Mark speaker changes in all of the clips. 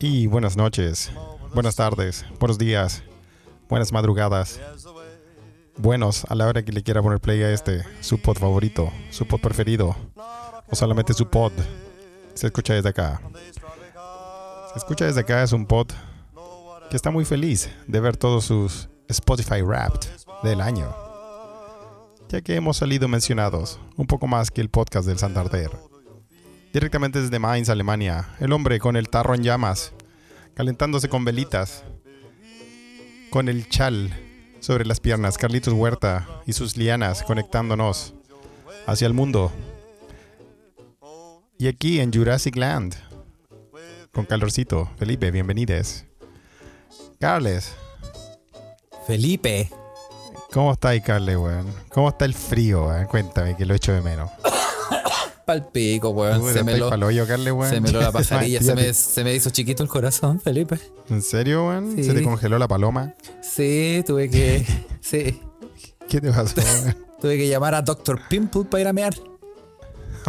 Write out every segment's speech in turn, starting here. Speaker 1: Y buenas noches, buenas tardes, buenos días, buenas madrugadas, buenos a la hora que le quiera poner play a este, su pod favorito, su pod preferido, o solamente su pod. Se escucha desde acá. Se escucha desde acá, es un pod que está muy feliz de ver todos sus Spotify Wrapped del año, ya que hemos salido mencionados un poco más que el podcast del Santander. Directamente desde Mainz, Alemania, el hombre con el tarro en llamas, calentándose con velitas, con el chal sobre las piernas, Carlitos Huerta y sus lianas conectándonos hacia el mundo. Y aquí en Jurassic Land, con calorcito, Felipe, bienvenides. Carles,
Speaker 2: Felipe.
Speaker 1: ¿Cómo está ahí, Carle, weón? ¿Cómo está el frío, weón? Cuéntame, que lo echo de menos.
Speaker 2: Palpico, weón.
Speaker 1: Puta,
Speaker 2: Se me
Speaker 1: estáis
Speaker 2: lo,
Speaker 1: pa'l hoyo, Carle, weón.
Speaker 2: se me lo la pajarilla. se, me,
Speaker 1: Imagínate.
Speaker 2: se me hizo chiquito el corazón, Felipe.
Speaker 1: ¿En serio, weón?
Speaker 2: Sí.
Speaker 1: ¿Se te congeló la paloma?
Speaker 2: Sí, tuve que. sí.
Speaker 1: ¿Qué te pasó, weón?
Speaker 2: Tuve que llamar a Doctor Pimple para ir a mear.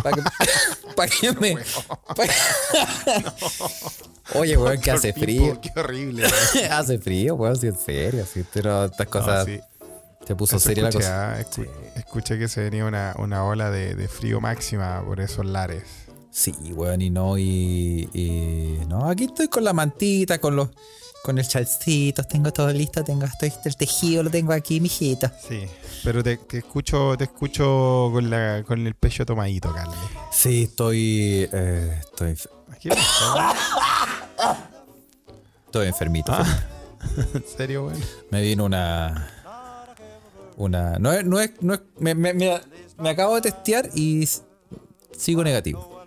Speaker 2: Para que, pa' que me. pa- Oye, weón, que hace
Speaker 1: Por Pipo,
Speaker 2: frío.
Speaker 1: Qué horrible, weón.
Speaker 2: hace frío, weón, si en serio. Si, pero estas cosas.
Speaker 1: sí.
Speaker 2: Se puso
Speaker 1: Eso
Speaker 2: seria la
Speaker 1: escuché,
Speaker 2: cosa.
Speaker 1: ah, escu- escuché que se venía una, una ola de, de frío máxima por esos lares.
Speaker 2: Sí, weón, y no, y, y- No, aquí estoy con la mantita, con los. Con el chalcito, tengo todo listo, tengo estoy, el tejido, lo tengo aquí, mijito.
Speaker 1: Sí. Pero te, te escucho, te escucho con la, con el pecho tomadito, Carle.
Speaker 2: Sí, estoy. eh, estoy,
Speaker 1: ¿Qué pasó?
Speaker 2: estoy enfermito.
Speaker 1: Ah.
Speaker 2: Felipe.
Speaker 1: ¿En serio, weón?
Speaker 2: Me vino una. Una. No es. No es, no es me, me- me- me acabo de testear y s- sigo negativo.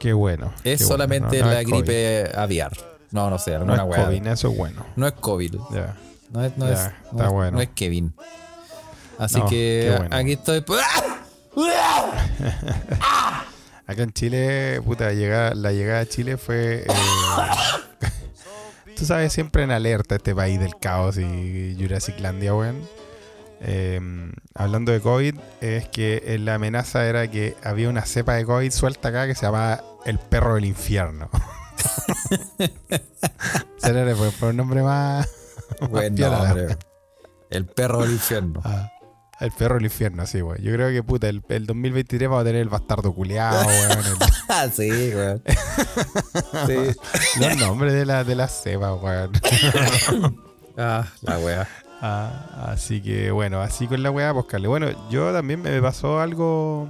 Speaker 1: Qué bueno. qué
Speaker 2: Es
Speaker 1: bueno.
Speaker 2: solamente
Speaker 1: No- no
Speaker 2: la
Speaker 1: es COVID.
Speaker 2: gripe aviar. No, no sé,
Speaker 1: No es
Speaker 2: alguna weá.
Speaker 1: COVID, eso es bueno.
Speaker 2: No es COVID.
Speaker 1: Ya.
Speaker 2: No es, no
Speaker 1: Ya,
Speaker 2: es,
Speaker 1: está
Speaker 2: no es-
Speaker 1: bueno.
Speaker 2: no es Kevin. Así
Speaker 1: No,
Speaker 2: que
Speaker 1: qué bueno.
Speaker 2: aquí estoy.
Speaker 1: Acá en Chile, puta, llega- la llegada a Chile fue. eh, tú sabes, siempre en alerta este país del caos y Jurassic Landia, weón. Eh, hablando de COVID, es que eh, la amenaza era que había una cepa de COVID suelta acá que se llamaba el perro del infierno. Será fue por un nombre más. más
Speaker 2: Bueno,
Speaker 1: piola,
Speaker 2: hombre. El perro del infierno.
Speaker 1: Ah, el perro del infierno, sí, weón. Yo creo que, puta, el, el 2023 vamos a tener el bastardo culeado, weón. el-
Speaker 2: Ah, sí, weón. Sí.
Speaker 1: Los nombres de la, de la cepa, weón.
Speaker 2: Ah, la weá.
Speaker 1: Ah, así que bueno, así con la weá, pues Carle. Bueno, yo también me pasó algo.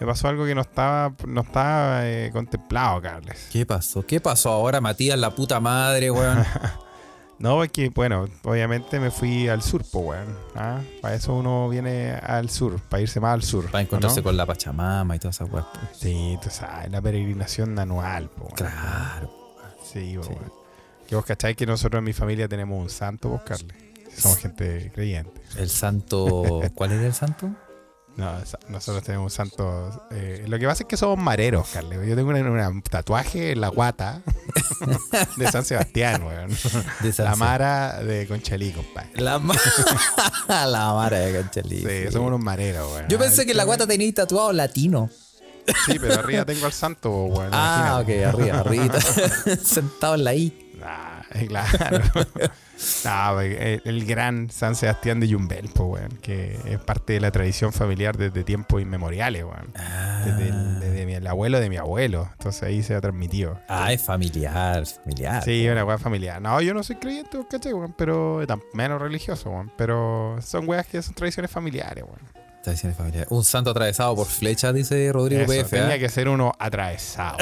Speaker 1: Me pasó algo que no estaba, no estaba eh, contemplado, Carles.
Speaker 2: ¿Qué pasó? ¿Qué pasó ahora, Matías, la puta madre, weón?
Speaker 1: No, es que, bueno, obviamente me fui al sur, pues, weón. Ah, Para eso uno viene al sur, para irse más al sur.
Speaker 2: Para encontrarse
Speaker 1: ¿o no?
Speaker 2: con la Pachamama y todas esas weas. pues.
Speaker 1: Sí, tú sabes, la peregrinación anual, pues, weón.
Speaker 2: Claro.
Speaker 1: Sí, pues,
Speaker 2: Sí.
Speaker 1: weón. Que vos cacháis que nosotros en mi familia tenemos un santo, pues, Carles. Somos gente creyente.
Speaker 2: El santo. ¿Cuál era el santo?
Speaker 1: No, sa- nosotros tenemos un santo. eh, lo que pasa es que somos mareros, Carlos. Yo tengo una- una- un tatuaje en la guata de San Sebastián, weón.
Speaker 2: De San
Speaker 1: La
Speaker 2: Se-
Speaker 1: Mara de Conchalí, compadre.
Speaker 2: La, ma- la Mara de Canchalí.
Speaker 1: Sí, somos unos mareros, weón.
Speaker 2: Yo pensé
Speaker 1: Ay,
Speaker 2: que en la guata tenía tatuado latino.
Speaker 1: Sí, pero arriba tengo al santo, weón.
Speaker 2: Ah, ok,
Speaker 1: imagínate.
Speaker 2: arriba, arriba. Sentado en la I.
Speaker 1: Ah, eh, claro. Ah, wey, eh, el gran San Sebastián de Yumbel, po, weón, que es parte de la tradición familiar desde tiempos inmemoriales, weón. Desde, el, desde mi- el abuelo de mi abuelo. Entonces ahí se ha transmitido.
Speaker 2: Ah, es familiar, familiar.
Speaker 1: Sí, una weá familiar. No, yo no soy creyente, vos ¿cachai, weón? Pero tan menos religioso, weón. Pero son weas que son tradiciones familiares, weón.
Speaker 2: Tradiciones familiares. Un santo atravesado por flechas, dice Rodrigo
Speaker 1: Eso,
Speaker 2: PF.
Speaker 1: tenía
Speaker 2: ¿ah?
Speaker 1: que ser uno atravesado.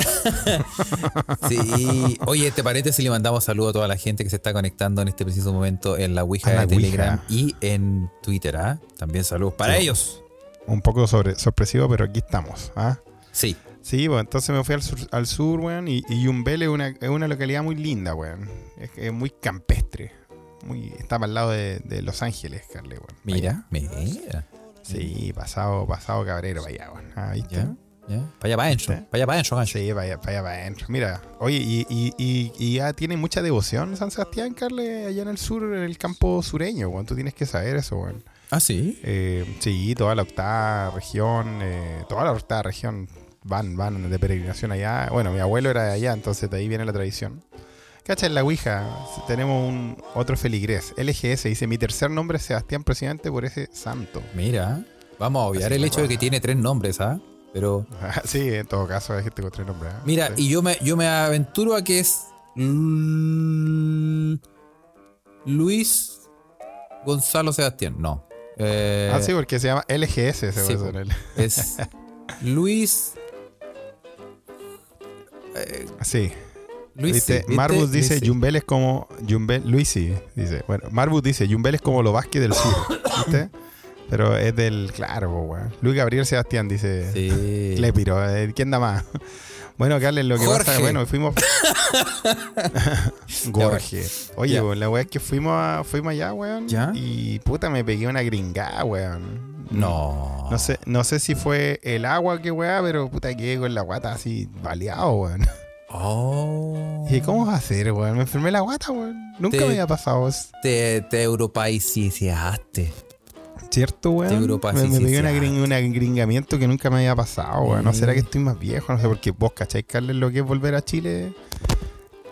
Speaker 2: Sí. Oye, este paréntesis le mandamos saludo a toda la gente que se está conectando en este preciso momento en la Ouija
Speaker 1: A la
Speaker 2: de Telegram
Speaker 1: Ouija.
Speaker 2: y en Twitter, ¿ah? También saludos para
Speaker 1: Sí.
Speaker 2: ellos.
Speaker 1: Un poco sobre, sorpresivo, pero aquí estamos, ¿ah?
Speaker 2: Sí.
Speaker 1: Sí, pues entonces me fui al sur, al sur weón, y, y Yumbel es una, es una localidad muy linda, weón. Es, es muy campestre. Muy, está al lado de, de Los Ángeles, Carly, weón.
Speaker 2: Mira, mira.
Speaker 1: Allá. Sí, pasado, pasado cabrero para allá, weón. Ah, ¿viste?
Speaker 2: Ya, ya. Para allá, para adentro.
Speaker 1: ¿Viste?
Speaker 2: Para allá, para adentro, gancho.
Speaker 1: Sí, vaya, vaya para adentro. Mira, oye, y, y, y, y ya tiene mucha devoción San Sebastián, Carle, allá en el sur, en el campo sureño, weón. Tú tienes que saber eso, weón.
Speaker 2: Ah, sí.
Speaker 1: Eh, sí, toda la octava región, eh, toda la octava región van, van de peregrinación allá. Bueno, mi abuelo era de allá, entonces de ahí viene la tradición. Cacha, en la Ouija tenemos un otro feligrés. LGS dice, mi tercer nombre es Sebastián Presidente por ese santo.
Speaker 2: Mira, vamos a obviar
Speaker 1: Así
Speaker 2: el
Speaker 1: me
Speaker 2: hecho de que
Speaker 1: pasa.
Speaker 2: tiene tres nombres, ¿ah? Pero
Speaker 1: sí, en todo caso hay gente con tres nombres. ¿eh?
Speaker 2: mira,
Speaker 1: Sí.
Speaker 2: y yo me, yo me aventuro a que es L- Luis Gonzalo Sebastián. No. Eh,
Speaker 1: Ah, sí, porque se llama LGS. Se
Speaker 2: sí,
Speaker 1: puso
Speaker 2: po.
Speaker 1: en el-
Speaker 2: Es Luis.
Speaker 1: Sí.
Speaker 2: Luis.
Speaker 1: ¿Viste?
Speaker 2: ¿viste?
Speaker 1: Marbus dice,
Speaker 2: Luisi.
Speaker 1: Jumbel es como... Jumbel, Luisi, dice. Bueno, Marbus dice, Jumbel es como lo Vázquez del sur. ¿Viste? Pero es del... Claro, po, weón. Luis Gabriel Sebastián dice...
Speaker 2: Sí.
Speaker 1: Clépiro, eh, ¿quién da más? Bueno, Carles, lo que
Speaker 2: Jorge.
Speaker 1: pasa, bueno, fuimos. Jorge. Oye,
Speaker 2: Ya.
Speaker 1: weón, la weá es que fuimos, a- fuimos allá, weón.
Speaker 2: Ya.
Speaker 1: Y puta, me pegué una gringada, weón.
Speaker 2: No.
Speaker 1: No sé, no sé si fue el agua que weá, pero puta quedé con la guata así baleado, weón.
Speaker 2: Oh.
Speaker 1: Dije, ¿cómo va a ser, weón? Me enfermé la guata, weón. Nunca
Speaker 2: Te-
Speaker 1: me había pasado.
Speaker 2: Te, te europaiciaste.
Speaker 1: ¿Cierto,
Speaker 2: Te
Speaker 1: weón?
Speaker 2: Europa,
Speaker 1: me,
Speaker 2: sí,
Speaker 1: me
Speaker 2: sí,
Speaker 1: pegué
Speaker 2: sí,
Speaker 1: una
Speaker 2: ah.
Speaker 1: gring- un agringamiento que nunca me había pasado, weón. No será
Speaker 2: Mm.
Speaker 1: que estoy más viejo, no sé, porque vos cacháis, Carles, lo que es volver a Chile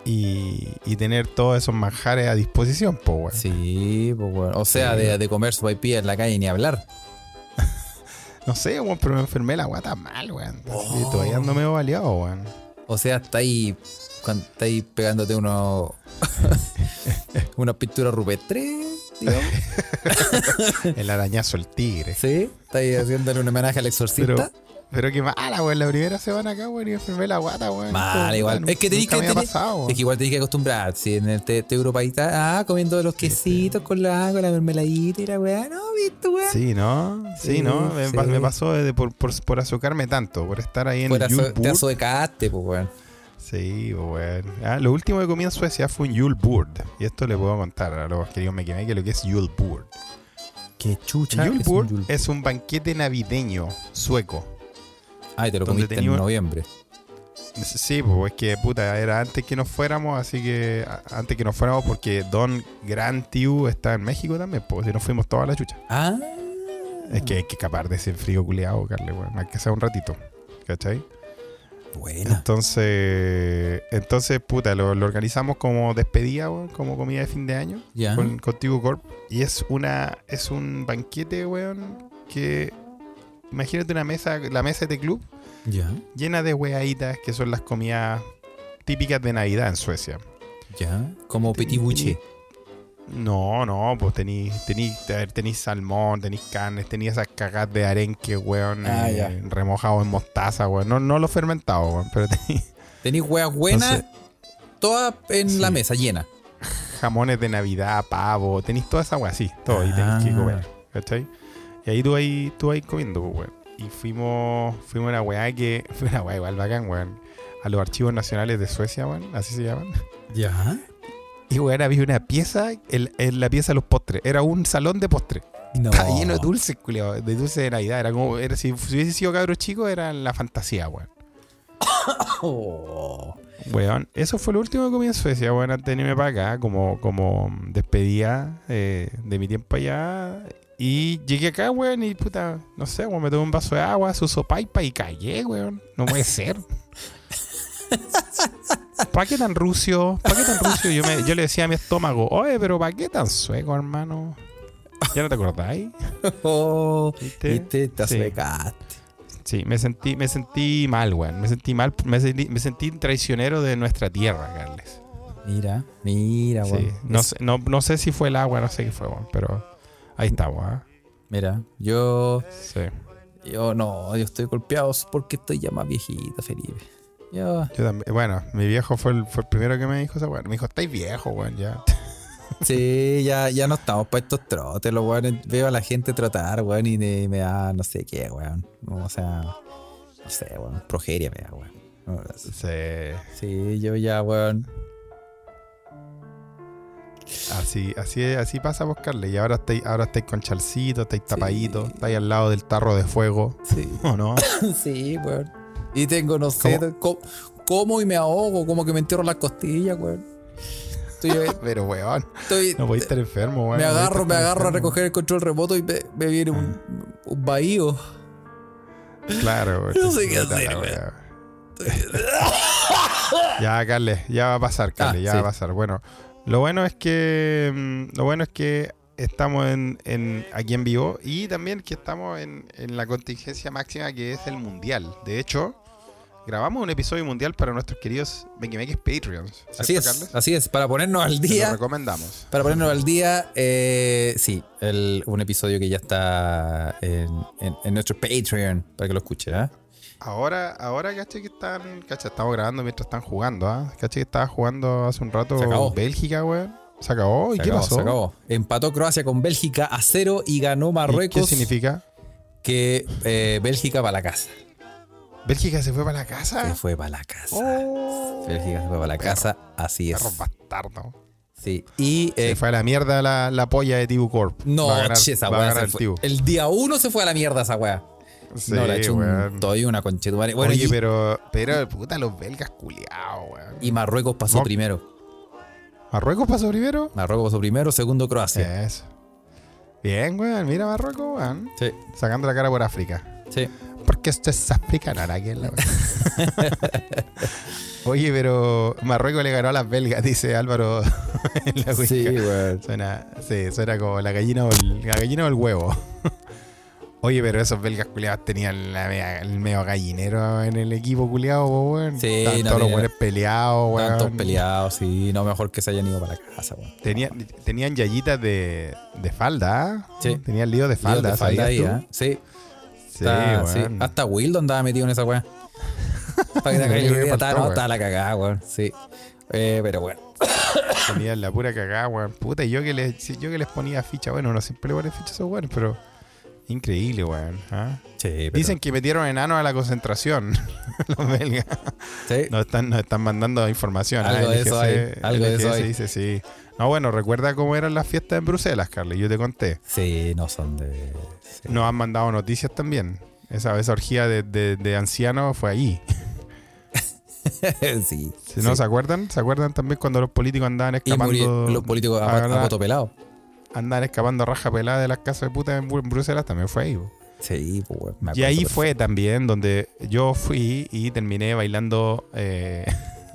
Speaker 1: y, y tener todos esos manjares a disposición, po, weón.
Speaker 2: Sí, pues bueno. O sea,
Speaker 1: Sí.
Speaker 2: de, de comer sopaipilla en la calle ni hablar.
Speaker 1: No sé, weón, pero me enfermé la guata mal, weón. Así que
Speaker 2: Oh.
Speaker 1: Todavía no me he baleado, weón.
Speaker 2: O sea, está ahí, cuando está ahí pegándote uno, una pintura rupestre, digamos.
Speaker 1: El arañazo, el tigre.
Speaker 2: Sí, está ahí haciéndole un homenaje al exorcista.
Speaker 1: Pero, pero qué mala, weón. La primera semana acá, weón, y me enfermé la guata, weón.
Speaker 2: Mal,
Speaker 1: Puta,
Speaker 2: igual.
Speaker 1: nu-
Speaker 2: Es que tenés
Speaker 1: nunca
Speaker 2: que
Speaker 1: me había
Speaker 2: tener-
Speaker 1: pasado, weón.
Speaker 2: es que igual tenés que acostumbrar, si en el te, te europaíta, ah, comiendo los
Speaker 1: este.
Speaker 2: quesitos con la con la mermeladita y la weá, no, visto, weá.
Speaker 1: Sí, ¿no? Sí,
Speaker 2: Sí,
Speaker 1: ¿no? Me,
Speaker 2: sí.
Speaker 1: me pasó de- por, por, por azucarme tanto, por estar ahí en
Speaker 2: Fuera
Speaker 1: el
Speaker 2: so-
Speaker 1: Yulbur.
Speaker 2: te asodecaste, pues weón.
Speaker 1: Sí, bueno. Ah, lo último que comí en Suecia fue un Julbord. Y esto le puedo contar a los queridos me que lo que es Julbord.
Speaker 2: Qué chucha. es un
Speaker 1: Julbord
Speaker 2: Yule.
Speaker 1: es un banquete navideño sueco.
Speaker 2: Ay, te lo
Speaker 1: donde
Speaker 2: comiste
Speaker 1: tenía
Speaker 2: en
Speaker 1: un-
Speaker 2: noviembre.
Speaker 1: Sí, pues es que puta, era antes que nos fuéramos, así que a- antes que nos fuéramos porque Don Gran Tiu está en México también, pues si nos fuimos toda la chucha.
Speaker 2: Ah.
Speaker 1: Es que hay que escapar de ese frío culeado, Carle, bueno, hay que sea un ratito, ¿cachai?
Speaker 2: Buena.
Speaker 1: Entonces, entonces puta, lo, lo organizamos como despedida, weón, como comida de fin de año.
Speaker 2: Ya.
Speaker 1: con Contigo Corp. Y es una. Es un banquete, weón. Que. Imagínate una mesa, la mesa de club,
Speaker 2: Ya.
Speaker 1: llena de weaditas que son las comidas típicas de Navidad en Suecia.
Speaker 2: Ya. Como petibuche.
Speaker 1: No, no, pues tení, tení, a ver, tení salmón, tenís carnes, tenís esas cagadas de arenque, weón,
Speaker 2: Ah,
Speaker 1: eh,
Speaker 2: ya.
Speaker 1: remojado en mostaza, weón. No, no lo fermentado, weón, pero tení
Speaker 2: Tenís weas buenas, todas en
Speaker 1: Sí.
Speaker 2: la mesa, llena.
Speaker 1: jamones de Navidad, pavo, tenís toda esa weá, sí, todo, y tenés que
Speaker 2: Ah.
Speaker 1: comer, ¿cachai? Y ahí tú ahí, tú ahí comiendo, pues, weón. Y fuimos, fuimos a una weá que, fue una weá igual bacán, weón, a los archivos nacionales de Suecia, weón, así se llaman.
Speaker 2: Ya.
Speaker 1: Y weón, había una pieza, el- en la pieza de los postres, era un salón de postres.
Speaker 2: No.
Speaker 1: Estaba lleno de dulces, culiao, de dulces de Navidad, era como, era, si hubiese sido cabro chico, era la fantasía, weón.
Speaker 2: Oh.
Speaker 1: Weón, eso fue lo último que comí en Suecia, weón, antes de irme para acá, como, como despedida eh, de mi tiempo allá. Y llegué acá, weón, y puta, no sé, weón, me tomé un vaso de agua, su sopaipa y callé, weón. No puede ser. ¿Para qué tan rucio? ¿Para qué tan rucio? Yo, me- yo le decía a mi estómago, oye, pero ¿para qué tan sueco, hermano? ¿Ya no te acordáis?
Speaker 2: Oh.
Speaker 1: ¿Viste?
Speaker 2: Y te, te
Speaker 1: Sí.
Speaker 2: asodecaste.
Speaker 1: Sí, me sentí, me sentí mal, weón. Me sentí mal, me sentí, me sentí traicionero de nuestra tierra, Carles.
Speaker 2: Mira, mira,
Speaker 1: Sí,
Speaker 2: weón.
Speaker 1: No,
Speaker 2: Es-
Speaker 1: sé, no, no sé si fue el agua, no sé qué fue, weón, pero ahí está, weón. ¿ah?
Speaker 2: Mira, yo.
Speaker 1: Sí.
Speaker 2: Yo no, yo estoy golpeado porque estoy ya más viejito, Felipe. Yo.
Speaker 1: Yo también- bueno, mi viejo fue el, fue el primero que me dijo esa weón. Me dijo, estáis viejo, weón, ya.
Speaker 2: Sí, ya, ya no estamos para estos trotes, los weones. Veo a la gente trotar, weón, y de- me da no sé qué, weón. O sea, no sé, weón. Progeria me da, weón. No,
Speaker 1: Sí.
Speaker 2: Sí, yo ya, weón.
Speaker 1: Así, así, así pasa vos, Carly. Y ahora estáis, ahora estáis con chalcito, estáis tapadito,
Speaker 2: Sí.
Speaker 1: estáis al lado del tarro de fuego.
Speaker 2: Sí,
Speaker 1: ¿O Oh, no?
Speaker 2: sí, weón. Y tengo, no sé, co- como y me ahogo, como que me entierro las costillas, weón. Estoy,
Speaker 1: Pero weón,
Speaker 2: estoy-
Speaker 1: no podéis estar enfermo, weón.
Speaker 2: me
Speaker 1: No podéis
Speaker 2: agarro, me
Speaker 1: estar
Speaker 2: agarro a
Speaker 1: enfermo.
Speaker 2: recoger el control remoto y me, me viene un, un bahío.
Speaker 1: Claro, güey.
Speaker 2: No sé qué
Speaker 1: Puta la
Speaker 2: hacer, güey.
Speaker 1: wea. Ya, Carle, ya va a pasar, Carle,
Speaker 2: Ah,
Speaker 1: ya
Speaker 2: sí.
Speaker 1: va a pasar. Bueno, lo bueno es que mm, lo bueno es que estamos en, en- aquí en vivo y también que estamos en, en la contingencia máxima que es el mundial. De hecho, grabamos un episodio mundial para nuestros queridos Mequimeques Patreons. ¿cierto,
Speaker 2: Así es,
Speaker 1: Carles?
Speaker 2: así es. Para ponernos al
Speaker 1: Te lo
Speaker 2: día.
Speaker 1: recomendamos.
Speaker 2: Para ponernos al día, eh, sí, el- un episodio que ya está en, en- en nuestro Patreon para que lo escuche. ¿ah?
Speaker 1: Ahora, ahora, caché que están, caché, estamos grabando mientras están jugando, ¿ah? Caché que estaba jugando hace un rato
Speaker 2: Se acabó.
Speaker 1: Bélgica, weón. Se acabó, ¿y
Speaker 2: Se
Speaker 1: qué
Speaker 2: acabó,
Speaker 1: pasó?
Speaker 2: se acabó. Empató Croacia con Bélgica a cero y ganó
Speaker 1: ¿Y
Speaker 2: Marruecos.
Speaker 1: ¿Qué significa?
Speaker 2: Que eh, Bélgica va a la casa.
Speaker 1: ¿Bélgica se fue para la casa?
Speaker 2: Se fue para la casa.
Speaker 1: Ah. Oh.
Speaker 2: Bélgica se fue para la
Speaker 1: Perro.
Speaker 2: casa, así es.
Speaker 1: Perro bastardo.
Speaker 2: Sí. Y eh,
Speaker 1: Se fue a la mierda la, la polla de Tibu Corp.
Speaker 2: no,
Speaker 1: va a ganar,
Speaker 2: che, esa
Speaker 1: va a
Speaker 2: weá
Speaker 1: ganar
Speaker 2: se
Speaker 1: el
Speaker 2: fue.
Speaker 1: Tibu.
Speaker 2: El día uno se fue a la mierda esa weá.
Speaker 1: Sí,
Speaker 2: no, la he hecho un
Speaker 1: weón.
Speaker 2: toy, una conchetumare. Bueno,
Speaker 1: Oye,
Speaker 2: y,
Speaker 1: pero, pero puta, los belgas culiados, weón.
Speaker 2: y Marruecos pasó
Speaker 1: Mo-
Speaker 2: primero.
Speaker 1: ¿Marruecos pasó primero?
Speaker 2: Marruecos pasó primero, segundo Croacia.
Speaker 1: Eso. Bien, weón. Mira Marruecos, weón.
Speaker 2: Sí,
Speaker 1: Sacando la cara por África.
Speaker 2: sí.
Speaker 1: Porque esto es África, nada que es la weón. Oye, pero Marruecos le ganó a las belgas, dice Álvaro en la
Speaker 2: Sí,
Speaker 1: cuenca.
Speaker 2: weón.
Speaker 1: Suena, sí, suena como la gallina o el, la gallina o el huevo. Oye, pero esos belgas culiados tenían la mea- el medio gallinero en el equipo culiado, po, weón.
Speaker 2: Sí,
Speaker 1: Estaban
Speaker 2: no
Speaker 1: todos los
Speaker 2: tenía-
Speaker 1: buenos peleados, weón.
Speaker 2: Tantos peleados, sí. No, mejor que se hayan ido para la casa, weón.
Speaker 1: Tenían, tenían yayitas de, de falda, ¿ah?
Speaker 2: Sí.
Speaker 1: Tenían lío de
Speaker 2: Líos
Speaker 1: falda,
Speaker 2: de falda
Speaker 1: ¿sabías
Speaker 2: ahí,
Speaker 1: tú?
Speaker 2: ¿eh? Sí,
Speaker 1: Sí,
Speaker 2: está- sí.
Speaker 1: weón.
Speaker 2: Hasta Wildo andaba metido en esa weá. Para que te hagas
Speaker 1: Yo creo
Speaker 2: la
Speaker 1: que
Speaker 2: idea, estaba-
Speaker 1: faltó,
Speaker 2: no, estaba la cagada, weón. Sí. Eh, pero bueno.
Speaker 1: Tenían la pura cagada, weón. Puta, y yo que les, sí, yo que les ponía ficha. Bueno, no siempre le ponen ficha a esos weones, pero... Increíble, weón. ¿ah?
Speaker 2: Sí, pero-
Speaker 1: Dicen que metieron enanos a la concentración, los belgas.
Speaker 2: Sí.
Speaker 1: Nos están, nos están mandando información. ¿ah?
Speaker 2: Algo de
Speaker 1: LGC,
Speaker 2: eso hay, algo de eso
Speaker 1: LGC
Speaker 2: hay.
Speaker 1: dice, sí. No, bueno, recuerda cómo eran las fiestas en Bruselas, Carly. Yo te conté.
Speaker 2: Sí, no son de. sí.
Speaker 1: Nos han mandado noticias también. Esa, esa orgía de, de- de ancianos fue ahí.
Speaker 2: sí.
Speaker 1: Si no
Speaker 2: sí.
Speaker 1: se acuerdan, se acuerdan también cuando los políticos andaban
Speaker 2: Y
Speaker 1: escapando.
Speaker 2: murieron los políticos a,
Speaker 1: agarra-
Speaker 2: a voto pelado.
Speaker 1: andaban escapando a raja pelada de las casas de puta en, Bu- en Bruselas, también fue ahí. po.
Speaker 2: Sí, pues, weón,
Speaker 1: Y
Speaker 2: me acuerdo
Speaker 1: ahí
Speaker 2: perfecto.
Speaker 1: fue también donde yo fui y terminé bailando eh,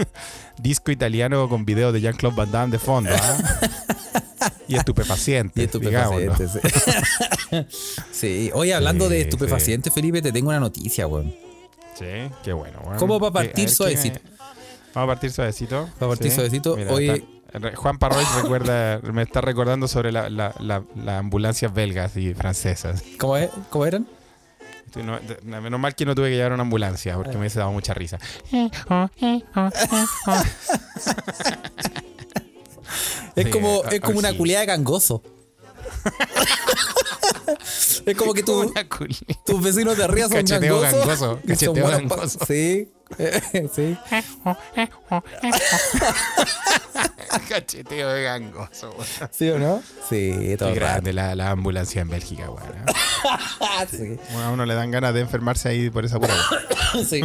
Speaker 1: disco italiano con videos de Jean-Claude Van Damme de fondo. ¿ah? y estupefaciente.
Speaker 2: Y
Speaker 1: digámoslo.
Speaker 2: estupefacientes. sí. Sí. Oye, hablando
Speaker 1: Sí,
Speaker 2: de estupefacientes, Felipe, te tengo una noticia, weón.
Speaker 1: Sí, qué bueno. bueno.
Speaker 2: ¿Cómo va a
Speaker 1: Que-
Speaker 2: partir
Speaker 1: ver, ¿qué-
Speaker 2: suavecito?
Speaker 1: Vamos a partir suavecito.
Speaker 2: a partir suavecito. Hoy-
Speaker 1: está- re- Juan Parroy recuerda, me está recordando sobre la- la- la- las ambulancias belgas y francesas.
Speaker 2: ¿Cómo, es? ¿Cómo eran?
Speaker 1: Tú No, de- menos mal que no tuve que llevar una ambulancia porque me hubiese dado mucha risa.
Speaker 2: Es
Speaker 1: Sí,
Speaker 2: como,
Speaker 1: a-
Speaker 2: es como una
Speaker 1: orgía.
Speaker 2: culiada de gangoso. es como que tú,
Speaker 1: Una culi-
Speaker 2: tus vecinos de arriba son
Speaker 1: Cacheteo
Speaker 2: gangosos.
Speaker 1: gangoso,
Speaker 2: y son
Speaker 1: cacheteo
Speaker 2: buenos pa-
Speaker 1: gangoso.
Speaker 2: Sí. sí.
Speaker 1: Cacheteo de gangoso. weón.
Speaker 2: ¿Sí o no? Sí, todo
Speaker 1: Qué
Speaker 2: el rato.
Speaker 1: grande la, la ambulancia en Bélgica, weón. ¿eh?
Speaker 2: Ah, sí.
Speaker 1: Bueno, a uno le dan ganas de enfermarse ahí por esa pura. weá.
Speaker 2: Sí.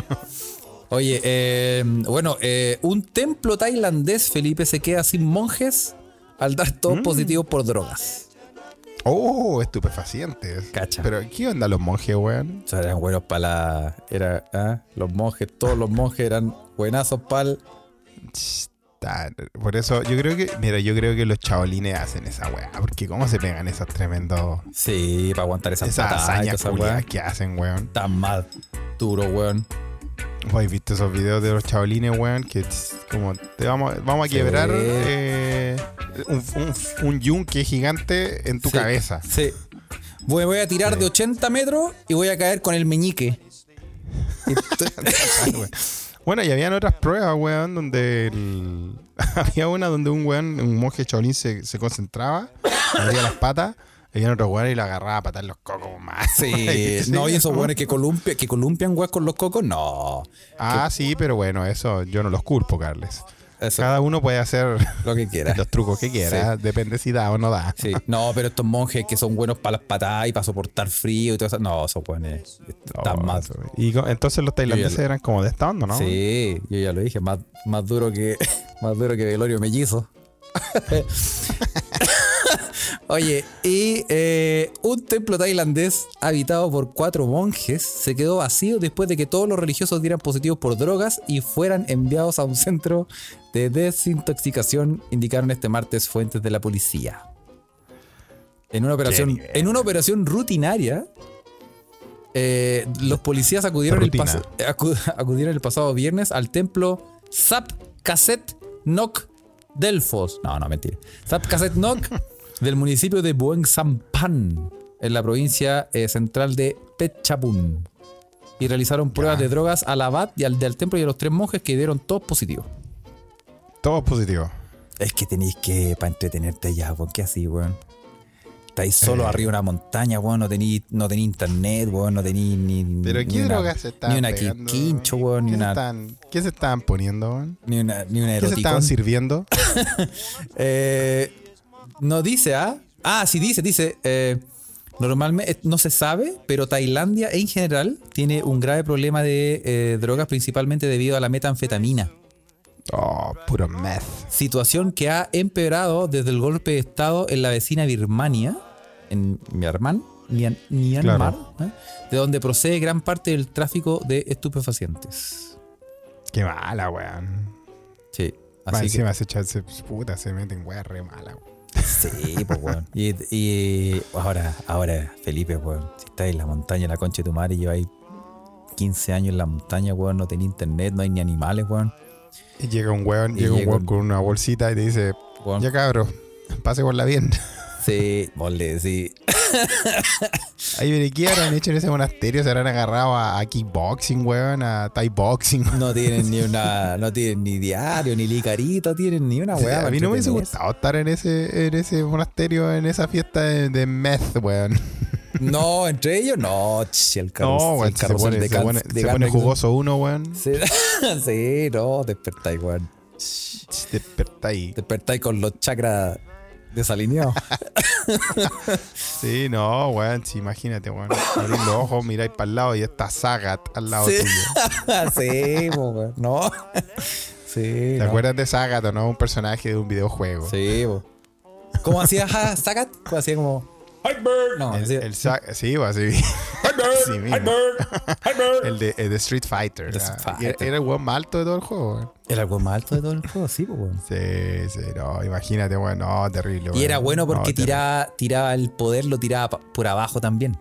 Speaker 2: Oye, eh, bueno, eh, un templo tailandés, Felipe, se queda sin monjes al dar
Speaker 1: Mm.
Speaker 2: todos positivos por drogas.
Speaker 1: Oh, estupefacientes.
Speaker 2: Cacha.
Speaker 1: Pero, ¿qué onda los monjes, weón?
Speaker 2: O sea, eran buenos para la. Era, ah, Los monjes, todos los monjes eran buenazos para
Speaker 1: Ch, ta- Por eso, yo creo que, mira, yo creo que los chabolines hacen esa weá. Porque, ¿cómo se pegan esas tremendos.
Speaker 2: Sí, para aguantar esas
Speaker 1: Esas
Speaker 2: patadas y
Speaker 1: hazañas
Speaker 2: toda esa
Speaker 1: culiadas
Speaker 2: weá.
Speaker 1: que hacen, weón.
Speaker 2: Tan mal. Duro, weón.
Speaker 1: Hoy viste esos videos de los chabolines, weón, que tss, como te vamos, vamos a
Speaker 2: Sí.
Speaker 1: quebrar eh, un, un, un yunque gigante en tu
Speaker 2: Sí.
Speaker 1: cabeza.
Speaker 2: Sí. Voy, voy a tirar de 80 metros y voy a caer con el meñique. Y t-
Speaker 1: Ay, weón. bueno, y habían otras pruebas, weón, donde el- había una donde un weón, un monje chabolín se, se concentraba, abría las patas, y había otro weón y lo agarraba a patar los cocos más.
Speaker 2: sí. No, y esos weones que, columpia- que columpian weas con los cocos, no.
Speaker 1: Ah, sí, pero bueno, eso yo no los culpo, Carles.
Speaker 2: Eso,
Speaker 1: Cada uno puede hacer
Speaker 2: lo que quiera.
Speaker 1: los trucos que quiera, depende si da o no da.
Speaker 2: Sí. No, pero estos monjes que son buenos para las patadas y para soportar frío y todo eso. No, esos weones están
Speaker 1: Oh,
Speaker 2: más.
Speaker 1: eso, y co- entonces los tailandeses
Speaker 2: Yo ya-
Speaker 1: eran como de esta onda, ¿no?
Speaker 2: Sí, yo ya lo dije, más, más duro que más duro que Velorio Mellizo. Oye, y eh, un templo tailandés habitado por cuatro monjes se quedó vacío después de que todos los religiosos dieran positivos por drogas y fueran enviados a un centro de desintoxicación, indicaron este martes fuentes de la policía. En una operación,
Speaker 1: nivel.
Speaker 2: en una operación rutinaria, eh, los policías acudieron el,
Speaker 1: Rutina.
Speaker 2: pas- acu- acudieron el pasado viernes al templo Zap Cassette Nok Delfos. No, no, mentira. Zap Cassette Nok del municipio de Buen Sampan, en la provincia eh, central de Phetchabun. Y realizaron pruebas
Speaker 1: Ya.
Speaker 2: de drogas al abad y al del templo y a los tres monjes que dieron todos positivos.
Speaker 1: Todo positivo.
Speaker 2: Es que tenéis que, para entretenerte ya, weón, ¿qué así, weón? Estáis solo
Speaker 1: Eh.
Speaker 2: arriba de una montaña, weón, no tenéis no tení internet, weón, no tenéis ni,
Speaker 1: Pero
Speaker 2: ni
Speaker 1: ¿qué
Speaker 2: una-
Speaker 1: drogas se están
Speaker 2: Ni una
Speaker 1: pegando,
Speaker 2: quincho,
Speaker 1: weón?
Speaker 2: weón, ni
Speaker 1: ¿Qué se
Speaker 2: una,
Speaker 1: están- ¿Qué se están poniendo, weón?
Speaker 2: ni una, ni una
Speaker 1: ¿Qué se estaban
Speaker 2: eroticón.
Speaker 1: sirviendo?
Speaker 2: Eh, no dice, ¿ah? Ah, sí dice, dice. eh, normalmente eh, no se sabe, pero Tailandia en general tiene un grave problema de eh, drogas, principalmente debido a la metanfetamina.
Speaker 1: Oh, puro meth.
Speaker 2: Situación que ha empeorado desde el golpe de Estado en la vecina Birmania, en Myanmar, Mian- Myanmar, ¿eh? de donde procede gran parte del tráfico de estupefacientes.
Speaker 1: Qué mala, weón.
Speaker 2: Sí.
Speaker 1: Más
Speaker 2: Así que,
Speaker 1: encima se echan, se- puta, se meten weón re mala, weón.
Speaker 2: Sí, pues, weón. Y, y ahora, ahora, Felipe, weón, si estás en la montaña, en la concha de tu madre, lleváis 15 años en la montaña, weón, no tenés internet, no hay ni animales, weón.
Speaker 1: Y llega un weón,
Speaker 2: Y
Speaker 1: llega un
Speaker 2: llega
Speaker 1: weón
Speaker 2: un-
Speaker 1: con una bolsita y te dice,
Speaker 2: Weón,
Speaker 1: ya cabro, pase por la bien.
Speaker 2: Sí, vos le decís,
Speaker 1: Ahí viene, ¿qué habrán hecho en ese monasterio? Se habrán agarrado a, a kickboxing, weón, a Thai boxing.
Speaker 2: no tienen ni una, no tienen ni diario, ni licarito, tienen ni una weá.
Speaker 1: a mí no me hubiese
Speaker 2: entretenerse.
Speaker 1: gustado estar en ese, en ese monasterio, en esa fiesta de, de meth, weón.
Speaker 2: No, entre ellos, no, ch, el carrus-
Speaker 1: No,
Speaker 2: el
Speaker 1: weón, se
Speaker 2: carrusel
Speaker 1: pone,
Speaker 2: de
Speaker 1: se
Speaker 2: Gans-
Speaker 1: pone-
Speaker 2: de
Speaker 1: se pone
Speaker 2: Gans-
Speaker 1: jugoso uno, weón.
Speaker 2: Sí, sí, no, despertáis, weón.
Speaker 1: Desperta ahí.
Speaker 2: Despertáis con los chakras desalineados.
Speaker 1: Sí, no, weón, sí, imagínate, weón. Abrís los ojos, miráis para el lado y está Zagat al lado
Speaker 2: Sí.
Speaker 1: tuyo.
Speaker 2: sí, po, weón. No. Sí.
Speaker 1: ¿Te acuerdas de Zagat o no? Un personaje de un videojuego.
Speaker 2: Sí, po. ¿Cómo hacía ja, Zagat? ¿Cómo hacía como. No,
Speaker 1: El,
Speaker 2: hacía-
Speaker 1: el Za- sí, weón, sí. Sí, mismo. El de, el de Street Fighter.
Speaker 2: De
Speaker 1: ah.
Speaker 2: Street
Speaker 1: Y era-
Speaker 2: Fighter.
Speaker 1: Era el weón más alto de todo el juego, weón.
Speaker 2: Era algo más alto de todo el juego, sí, po, weón.
Speaker 1: Sí, sí, no, imagínate, weón. No, terrible, weón.
Speaker 2: Y era bueno
Speaker 1: No,
Speaker 2: porque
Speaker 1: terrible.
Speaker 2: tiraba, tiraba el poder, lo tiraba pa- por abajo también.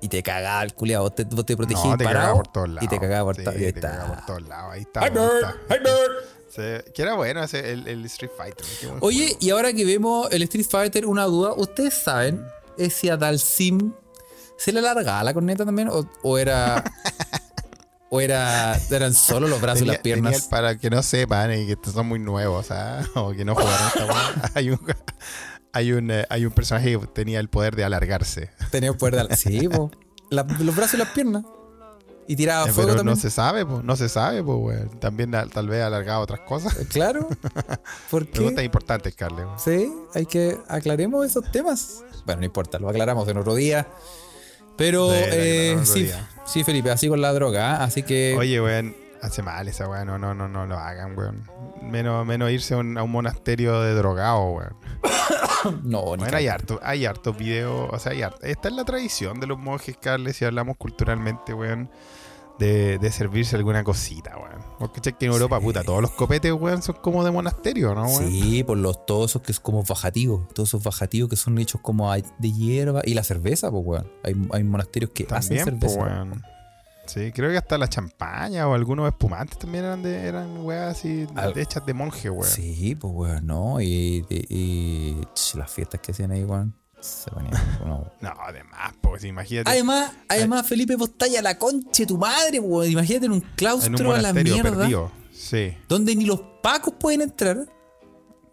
Speaker 2: Y te cagaba el culiado. Vos te, vos te protegías
Speaker 1: No, te cagaba
Speaker 2: parado
Speaker 1: por todos lados.
Speaker 2: Y te cagaba por,
Speaker 1: Sí,
Speaker 2: to- y ahí
Speaker 1: te
Speaker 2: está.
Speaker 1: cagaba por todos lados. Ahí está. weón, ahí está. Sí, que era bueno ese, el, el Street Fighter. qué buen
Speaker 2: Oye, y ahora que vemos el Street Fighter, una duda. ¿Ustedes saben
Speaker 1: Mm.
Speaker 2: eh, si a Dalsim se le alargaba la corneta también? ¿O, o era.? ¿O era, eran solo los brazos y las
Speaker 1: Tenía-
Speaker 2: piernas?
Speaker 1: tenía- para que no sepan y que estos son muy nuevos, ¿ah? o que no jugaron esta weá, hay un hay un eh, hay un personaje que tenía el poder de alargarse.
Speaker 2: Tenía poder de alar- Sí, po. La- los brazos y las piernas. Y tiraba
Speaker 1: Eh,
Speaker 2: Ah, fuego
Speaker 1: pero no
Speaker 2: también.
Speaker 1: se sabe, po, no se sabe, pues También al- tal vez alargaba otras cosas.
Speaker 2: Claro. Porque.
Speaker 1: Preguntas importantes, Carle. weón.
Speaker 2: Sí, hay que aclaremos esos temas. Bueno, no importa, lo aclaramos en otro día. Pero
Speaker 1: Sí, lo
Speaker 2: eh,
Speaker 1: aclaramos en otro
Speaker 2: sí,
Speaker 1: día.
Speaker 2: sí, Felipe, así con la droga, ¿ah? así que
Speaker 1: Oye, weón, hace mal esa weón, no, no, no, no lo hagan, weón. Menos, menos irse a un, a un monasterio de drogado, weón.
Speaker 2: no, ni
Speaker 1: Bueno, hay
Speaker 2: cagar.
Speaker 1: hartos hay hartos videos, o sea, hay hart- esta es la tradición de los monjes, Carles, si hablamos culturalmente, weón, de, de servirse alguna cosita, weón. Porque cachai que en Europa, puta, todos los copetes, weón, son como de monasterio, ¿no, weón?
Speaker 2: Sí, por los todos esos que es como bajativos, todos esos bajativos que son hechos como hay- de hierba y la cerveza, pues weón. Hay, hay monasterios que
Speaker 1: También,
Speaker 2: hacen
Speaker 1: pues,
Speaker 2: cerveza.
Speaker 1: weón. Sí, creo que hasta la champaña o algunos espumantes también eran de, eran weas así de-
Speaker 2: Al-
Speaker 1: hechas de monje, weón.
Speaker 2: Sí, pues weón, no, y, y- y- ch, las fiestas que hacían ahí, weón. Se ponían, no.
Speaker 1: No, además, pues imagínate.
Speaker 2: Además, además, Felipe, vos estás a la concha de tu madre, pues, weón. Imagínate en un
Speaker 1: en un
Speaker 2: claustro a la
Speaker 1: monasterio
Speaker 2: mierda.
Speaker 1: perdido. Sí.
Speaker 2: donde ni los pacos pueden entrar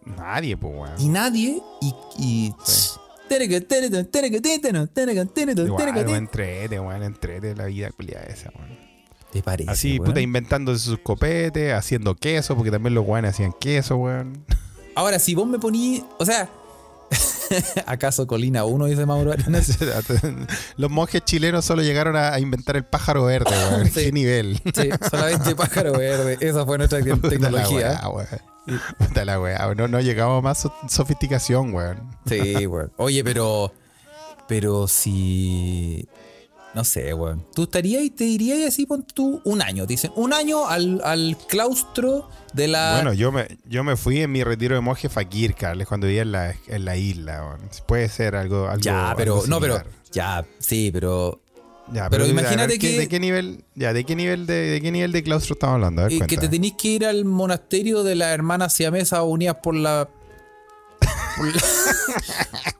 Speaker 1: Nadie, pues, weón.
Speaker 2: y nadie y, y
Speaker 1: Sí.
Speaker 2: Tereca, tereca, tereca, tereca, tereca, tereca,
Speaker 1: Igual,
Speaker 2: tereca,
Speaker 1: weón,
Speaker 2: tereca.
Speaker 1: entrete, weón, entrete la vida culiada esa, weón.
Speaker 2: te parece
Speaker 1: Así,
Speaker 2: weón?
Speaker 1: puta, inventándose sus copetes, haciendo queso, porque también los guanes hacían queso, weón.
Speaker 2: ahora si vos me ponís o sea ¿Acaso Colina 1? Dice Mauro Arenas.
Speaker 1: Los monjes chilenos solo llegaron a a inventar el pájaro verde, weón.
Speaker 2: Sí.
Speaker 1: ¿Qué nivel?
Speaker 2: Sí, solamente pájaro verde. Esa fue nuestra te-
Speaker 1: Puta la
Speaker 2: tecnología.
Speaker 1: weá, weón. Puta la weá, weón. No, no llegamos a más so- sofisticación, weón.
Speaker 2: Sí, weón. Oye, pero. Pero si. No sé, weón. Tú estarías y te dirías así, pon tú un año. Te dicen, un año al, al claustro de la.
Speaker 1: Bueno, yo me, yo me fui en mi retiro de monje Fakir, Carles, cuando vivía en la, en la isla, weón. Puede ser algo. algo
Speaker 2: ya,
Speaker 1: algo
Speaker 2: pero. No, pero.
Speaker 1: similar.
Speaker 2: Ya, sí, pero.
Speaker 1: Ya,
Speaker 2: pero
Speaker 1: a ver,
Speaker 2: imagínate
Speaker 1: ¿qué-
Speaker 2: que-
Speaker 1: ¿De qué nivel, ya, ¿de qué nivel de, de qué nivel de claustro estamos hablando? A ver,
Speaker 2: Y eh, que
Speaker 1: cuenta.
Speaker 2: te tenés que ir al monasterio de las hermanas siamesas unidas por la. Por la.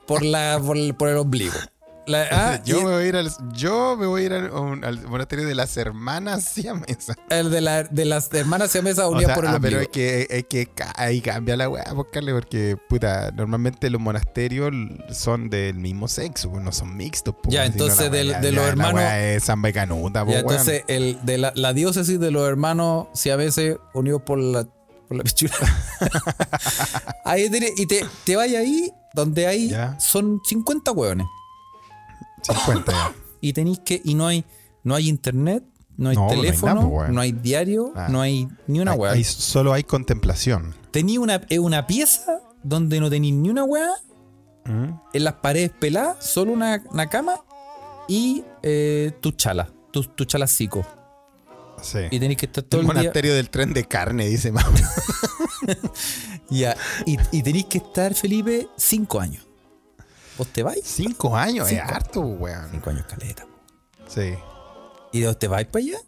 Speaker 2: por, la- por el, por el ombligo. La- ah,
Speaker 1: yo,
Speaker 2: y-
Speaker 1: me voy a ir al, yo me voy a ir al, un- al monasterio de las hermanas siamesas.
Speaker 2: El de, la- de las hermanas siamesas
Speaker 1: O
Speaker 2: unidas
Speaker 1: sea,
Speaker 2: por el
Speaker 1: ah,
Speaker 2: ombligo.
Speaker 1: pero es que, es que ca- ahí cambia la weá, pues, Carles, porque puta, normalmente los monasterios l- son del mismo sexo, pues, no son mixtos. pues,
Speaker 2: Ya,
Speaker 1: si no, la
Speaker 2: entonces,
Speaker 1: weá-
Speaker 2: del-
Speaker 1: ya-
Speaker 2: de los
Speaker 1: ya la
Speaker 2: hermanos-
Speaker 1: weá es samba y canuta, pues,
Speaker 2: Ya,
Speaker 1: weón.
Speaker 2: entonces, el, de la, la diócesis de los hermanos siameses unidos por la, por la pichula. ahí tiene- y te, te vas ahí donde hay
Speaker 1: Ya.
Speaker 2: son 50 hueones.
Speaker 1: 50 ya.
Speaker 2: Y tenéis que, y no hay, no hay internet, no hay
Speaker 1: No, no hay
Speaker 2: teléfono, no
Speaker 1: nada,
Speaker 2: hay,
Speaker 1: pues, weón.
Speaker 2: diario,
Speaker 1: Ah.
Speaker 2: no hay ni una
Speaker 1: Ahí-
Speaker 2: hueá.
Speaker 1: ahí solo hay contemplación.
Speaker 2: Tenía una, es una pieza donde no tenéis ni una hueá, en las paredes peladas, solo una, una cama y eh, tus chalas, tus tus chalacico.
Speaker 1: Sí.
Speaker 2: Y tenéis que estar todo
Speaker 1: El
Speaker 2: el día.
Speaker 1: monasterio del tren de carne, dice Mauro.
Speaker 2: Ya, y, y tenéis que estar, Felipe, cinco años. ¿Vos te vais?
Speaker 1: Cinco años, es
Speaker 2: Cinco.
Speaker 1: harto, weón.
Speaker 2: Cinco años, caleta.
Speaker 1: Sí.
Speaker 2: ¿Y de vos te vais para allá?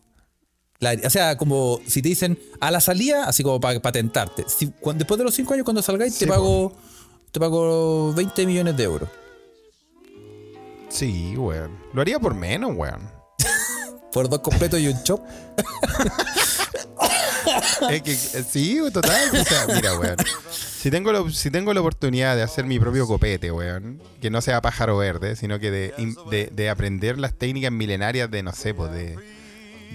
Speaker 2: La- o sea, como si te dicen a la salida, así como para patentarte. Si, cuan- después de los cinco años, cuando salgáis,
Speaker 1: Sí,
Speaker 2: te pago te pago 20 millones de euros.
Speaker 1: Sí, weón. Lo haría por menos, weón.
Speaker 2: Por dos completos y un chop.
Speaker 1: Es que, eh, sí, total. o sea, mira, weón. Si tengo, la op- si tengo la oportunidad de hacer mi propio copete, weón, que no sea pájaro verde, sino que de, im- de- de aprender las técnicas milenarias de, no sé, pues de,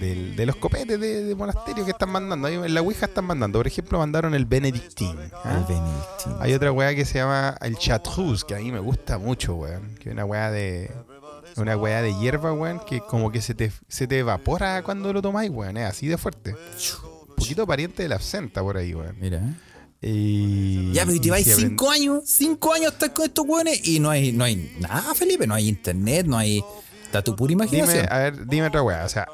Speaker 1: del- de los copetes de, de monasterios que están mandando. Ahí En la Ouija están mandando. Por ejemplo, mandaron el Benedictín. ¿ah?
Speaker 2: El Benedictino.
Speaker 1: Hay otra weá que se llama el Chartreuse, que a mí me gusta mucho, weón. Que es una weá de. Una weá de hierba, weón, que como que se te, se te evapora cuando lo tomáis, weón. Es así de fuerte. Un poquito pariente de la absenta por ahí, weón.
Speaker 2: Mira.
Speaker 1: eh. Y,
Speaker 2: Ya, pero y te vais
Speaker 1: si aprend-
Speaker 2: cinco años, cinco años estás con estos hueones y no hay, no hay nada, Felipe, no hay internet, no hay. Está tu pura
Speaker 1: Dime, ah,
Speaker 2: imaginación.
Speaker 1: a ver, dime otra weá. O sea,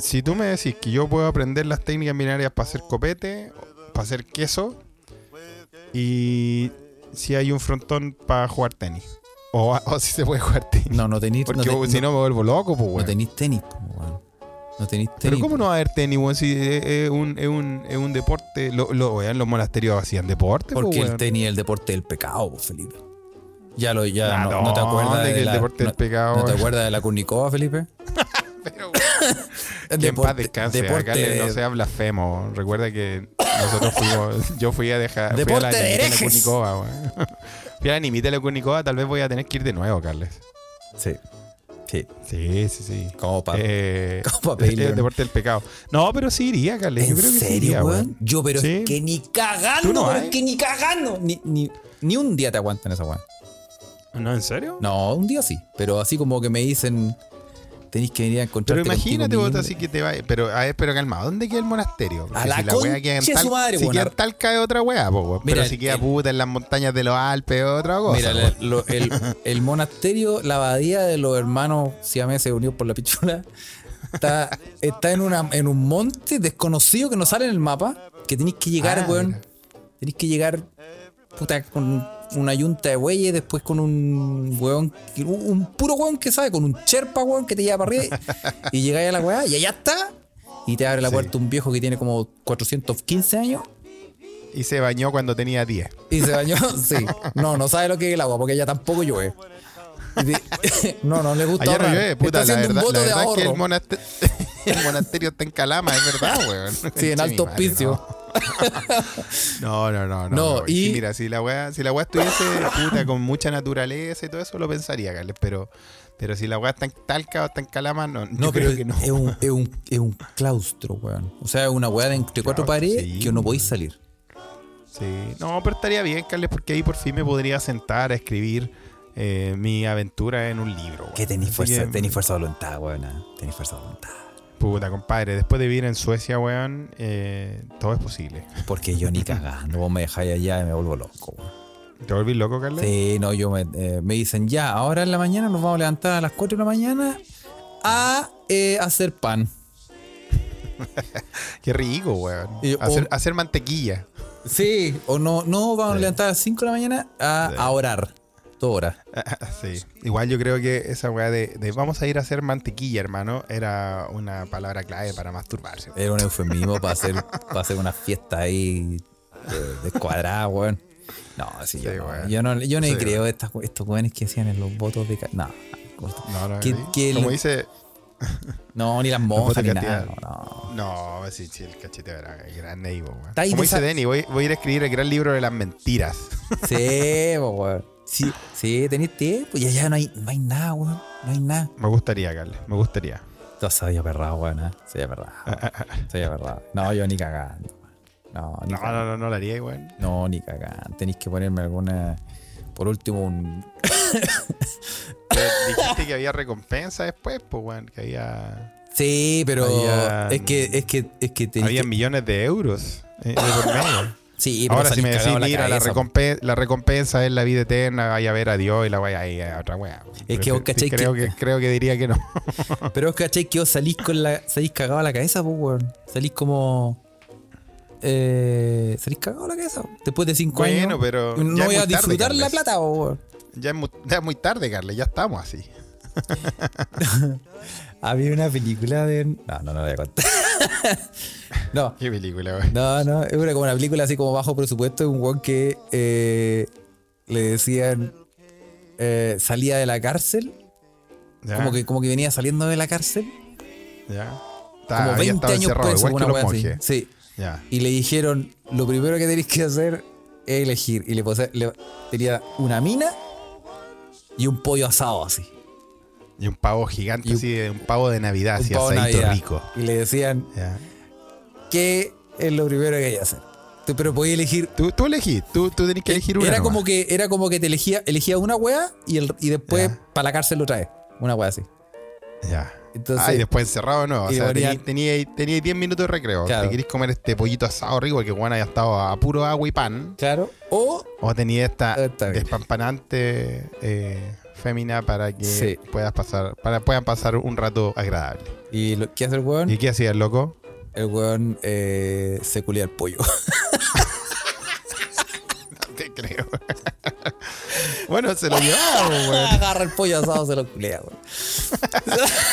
Speaker 1: si tú me decís que yo puedo aprender las técnicas milenarias para hacer copete, para hacer queso, y si hay un frontón para jugar tenis. O, o si se puede jugar tenis.
Speaker 2: No, no tenéis.
Speaker 1: Porque
Speaker 2: no te-
Speaker 1: si no, me vuelvo loco, pues,
Speaker 2: No
Speaker 1: weón.
Speaker 2: tenéis tenis, po, weón. No tenéis tenis.
Speaker 1: Pero ¿cómo no va a haber tenis, weón? Si es, es un, es, un, es un deporte. Lo, lo, weón, los monasterios hacían deporte, po,
Speaker 2: Porque el
Speaker 1: pues, weón.
Speaker 2: tenis es el deporte del pecado, po, Felipe. Ya lo, ya
Speaker 1: Ah,
Speaker 2: no, no te acuerdas
Speaker 1: ¿dónde
Speaker 2: de,
Speaker 1: que el
Speaker 2: la,
Speaker 1: deporte
Speaker 2: no,
Speaker 1: del pecado,
Speaker 2: ¿no te
Speaker 1: weón?
Speaker 2: acuerdas de la Kurnikova, Felipe?
Speaker 1: Pero, weón, que en paz descanse. acá le- no sea blasfemo. Recuerda que nosotros fuimos. Yo fui a dejar. fui a
Speaker 2: Deporte
Speaker 1: la
Speaker 2: de
Speaker 1: Nimita
Speaker 2: herejes.
Speaker 1: Lecunicova, weón. Fui a la Nimita Lecunicova, tal vez voy a tener que ir de nuevo, Carles.
Speaker 2: Sí. Sí.
Speaker 1: Sí, sí, sí.
Speaker 2: Como pa-
Speaker 1: Eh,
Speaker 2: como pa' pedirle
Speaker 1: el
Speaker 2: un-
Speaker 1: deporte del pecado. No, pero sí iría, Carles.
Speaker 2: ¿En
Speaker 1: Yo creo que sí
Speaker 2: serio,
Speaker 1: iría,
Speaker 2: weón? Yo, pero
Speaker 1: Sí.
Speaker 2: es que ni
Speaker 1: Tú
Speaker 2: cagando,
Speaker 1: no,
Speaker 2: pero es
Speaker 1: ¿eh?
Speaker 2: que ni cagando. Ni, ni, ni un día te aguantan esa weón.
Speaker 1: ¿No, en serio?
Speaker 2: No, un día sí. Pero así como que me dicen, tenéis que venir a
Speaker 1: Pero
Speaker 2: encontrarte
Speaker 1: imagínate
Speaker 2: contigo
Speaker 1: vos
Speaker 2: mismo.
Speaker 1: así que te va. Pero, a ver, pero calmado, ¿dónde queda el monasterio? Porque
Speaker 2: A la
Speaker 1: wea
Speaker 2: concha de su madre,
Speaker 1: si
Speaker 2: weón.
Speaker 1: queda en Talca es otra wea, po, weón.
Speaker 2: Mira,
Speaker 1: pero si queda
Speaker 2: el-
Speaker 1: puta en las montañas de los Alpes es otra cosa.
Speaker 2: Mira,
Speaker 1: weón.
Speaker 2: la- lo- el, el monasterio, la abadía de los hermanos siameses unidos por la pichula, está, está en, una, en un monte desconocido que no sale en el mapa, que tenéis que llegar,
Speaker 1: Ah,
Speaker 2: weón.
Speaker 1: mira.
Speaker 2: Tenéis que llegar, puta, con una yunta de bueyes, después con un weón, que- un, un puro weón que sabe, con un cherpa, weón, que te lleva para arriba, y llegáis a la weá, y allá está, y te abre la
Speaker 1: Sí.
Speaker 2: puerta un viejo que tiene como 415 años.
Speaker 1: Y se bañó cuando tenía 10.
Speaker 2: Y se bañó, sí. No, no sabe lo que es el agua, porque ella tampoco llueve. Y di- No, no le gusta
Speaker 1: Ayer no
Speaker 2: ahorrar.
Speaker 1: llueve, eh, puta,
Speaker 2: Está
Speaker 1: la
Speaker 2: haciendo
Speaker 1: verdad,
Speaker 2: un voto
Speaker 1: la
Speaker 2: de
Speaker 1: verdad es que
Speaker 2: ahorro.
Speaker 1: el, monaste- el monasterio está en Calama, es verdad, weón.
Speaker 2: Sí, en
Speaker 1: Che,
Speaker 2: alto
Speaker 1: mi madre,
Speaker 2: hospicio.
Speaker 1: No, no, no, no.
Speaker 2: No,
Speaker 1: no. Y...
Speaker 2: y-
Speaker 1: mira, si la weá, si la weá estuviese puta, con mucha naturaleza y todo eso, lo pensaría, Carles, pero, pero si la weá está en Talca o está en Calama, no, yo
Speaker 2: No, pero
Speaker 1: creo que no.
Speaker 2: Es, un, es, un, es un claustro, weón. O sea, es una weá de entre cuatro
Speaker 1: Claustro,
Speaker 2: paredes
Speaker 1: sí,
Speaker 2: que no podéis salir.
Speaker 1: Sí, no, pero estaría bien, Carles, porque ahí por fin me podría sentar a escribir eh, mi aventura en un libro. weón.
Speaker 2: Que tenéis
Speaker 1: Así
Speaker 2: fuerza,
Speaker 1: que,
Speaker 2: tenéis fuerza de voluntad, weón. ¿eh? Tenéis fuerza de voluntad.
Speaker 1: Puta, compadre, después de vivir en Suecia, weón, eh, todo es posible.
Speaker 2: Porque yo ni cagando, vos me dejáis allá y me vuelvo loco, weón.
Speaker 1: ¿Te volví loco, Carles?
Speaker 2: Sí, no, yo me, eh, me dicen ya, ahora en la mañana nos vamos a levantar a las 4 de la mañana a eh, hacer pan.
Speaker 1: Qué rico, weón.
Speaker 2: Y- o-
Speaker 1: Hacer, hacer mantequilla.
Speaker 2: Sí, o no, no, vamos a
Speaker 1: Sí.
Speaker 2: levantar a las 5 de la mañana a,
Speaker 1: Sí.
Speaker 2: a orar. Toda hora.
Speaker 1: sí. Igual yo creo que esa weá de, de vamos a ir a hacer mantequilla, hermano, era una palabra clave para masturbarse.
Speaker 2: Era un eufemismo para hacer, para hacer una fiesta ahí eh, descuadrada, weón. No, sí, yo,
Speaker 1: Sí,
Speaker 2: no,
Speaker 1: weón.
Speaker 2: yo no, yo no
Speaker 1: Sí,
Speaker 2: creo estas- estos weones que hacían en los votos de... ca- No, no,
Speaker 1: No, no,
Speaker 2: ¿Qué-
Speaker 1: ¿sí?
Speaker 2: qué-
Speaker 1: Como dice.
Speaker 2: no, ni las
Speaker 1: votos
Speaker 2: monjas
Speaker 1: de
Speaker 2: ni nada.
Speaker 1: castidad.
Speaker 2: no, no.
Speaker 1: No, sí, sí, el cachete era grande ahí, po, weón.
Speaker 2: Está ahí
Speaker 1: Como
Speaker 2: de
Speaker 1: dice
Speaker 2: esa-
Speaker 1: Denny, voy, voy a ir a escribir el gran libro de las mentiras.
Speaker 2: Sí, po, weón. Sí, sí, tenés tiempo. Y allá no hay, no hay nada, weón. No hay nada.
Speaker 1: Me gustaría, Carles, me gustaría.
Speaker 2: Todo se había perrado, weón. ¿eh? Se había perrado. weón. Se había perrado. No, yo ni cagando. weón. No, ni
Speaker 1: No,
Speaker 2: cagando.
Speaker 1: no, no, no lo haría, weón.
Speaker 2: No, ni cagando. Tenéis que ponerme alguna. Por último, un.
Speaker 1: Pero dijiste que había recompensa después, pues, weón, que había,
Speaker 2: Sí, pero.
Speaker 1: Habían-
Speaker 2: Es que, es que, es que tenés
Speaker 1: había
Speaker 2: que-
Speaker 1: millones de euros eh, de por medio.
Speaker 2: Sí, pero
Speaker 1: Ahora si
Speaker 2: salís
Speaker 1: me decís,
Speaker 2: cagado a
Speaker 1: mira, la,
Speaker 2: cabeza,
Speaker 1: recompensa, la recompensa es la vida eterna, vaya a ver a Dios y la vaya ahí a otra wea.
Speaker 2: Es
Speaker 1: Pero
Speaker 2: que vos
Speaker 1: sí,
Speaker 2: cachai que-
Speaker 1: creo que... Creo que diría que no.
Speaker 2: po. Pero es que, ¿cachai? Que vos salís, con la, salís cagado a la cabeza, pues, weón. Salís como. Eh, salís cagado a la cabeza. po. Después de cinco
Speaker 1: Bueno,
Speaker 2: años.
Speaker 1: pero ya
Speaker 2: No
Speaker 1: es
Speaker 2: voy a
Speaker 1: muy tarde,
Speaker 2: disfrutar la
Speaker 1: Carles.
Speaker 2: plata, po, weón.
Speaker 1: Ya es, mu- ya es muy tarde, Carles, ya estamos así.
Speaker 2: Había una película de. No, no, no la voy a contar. no,
Speaker 1: Qué película, weón.
Speaker 2: no, no. Es una, como una película así como bajo presupuesto de un weón que eh, le decían. eh, salía de la cárcel.
Speaker 1: Ya,
Speaker 2: Como que, como que venía saliendo de la cárcel.
Speaker 1: ya. Está-
Speaker 2: Como
Speaker 1: Ah, había
Speaker 2: 20
Speaker 1: estado
Speaker 2: años
Speaker 1: encerrado,
Speaker 2: preso,
Speaker 1: igual que
Speaker 2: una
Speaker 1: los
Speaker 2: weá así.
Speaker 1: monjes.
Speaker 2: Sí.
Speaker 1: Ya.
Speaker 2: Y le dijeron: Lo primero que tenéis que hacer es elegir. Y le, puse- le- tenía una mina y un pollo asado así.
Speaker 1: Y un pavo gigante,
Speaker 2: Y un-
Speaker 1: así, de- un pavo de Navidad,
Speaker 2: Un
Speaker 1: así,
Speaker 2: pavo
Speaker 1: asadito
Speaker 2: navidad.
Speaker 1: rico.
Speaker 2: Y le decían:
Speaker 1: Ya.
Speaker 2: ¿Qué es lo primero que hay que hacer? Tú- Pero podía elegir
Speaker 1: Tú, tú elegís, tú, tú tenés que elegir una.
Speaker 2: Era
Speaker 1: nomás.
Speaker 2: como que, era como que te elegía, elegía una wea y, el, y después
Speaker 1: Ya.
Speaker 2: para la cárcel lo traes. Una wea así.
Speaker 1: Ya.
Speaker 2: Entonces,
Speaker 1: ah, y después encerrado no. O
Speaker 2: y le
Speaker 1: sea,
Speaker 2: ponían-
Speaker 1: tenía, tenía, tenía 10 minutos de recreo.
Speaker 2: Claro.
Speaker 1: Si querés comer este pollito asado rico, que Juan haya estado a puro agua y pan.
Speaker 2: claro. O
Speaker 1: O tenía esta
Speaker 2: Está bien.
Speaker 1: despampanante eh, fémina para que
Speaker 2: Sí.
Speaker 1: puedas pasar, para puedan pasar un rato agradable.
Speaker 2: y lo, ¿qué hace el weón?
Speaker 1: ¿Y qué hacía el loco?
Speaker 2: El weón eh, se culea el pollo.
Speaker 1: No te creo. bueno, se lo llevaba, weón.
Speaker 2: Agarra el pollo asado, se lo culea, weón.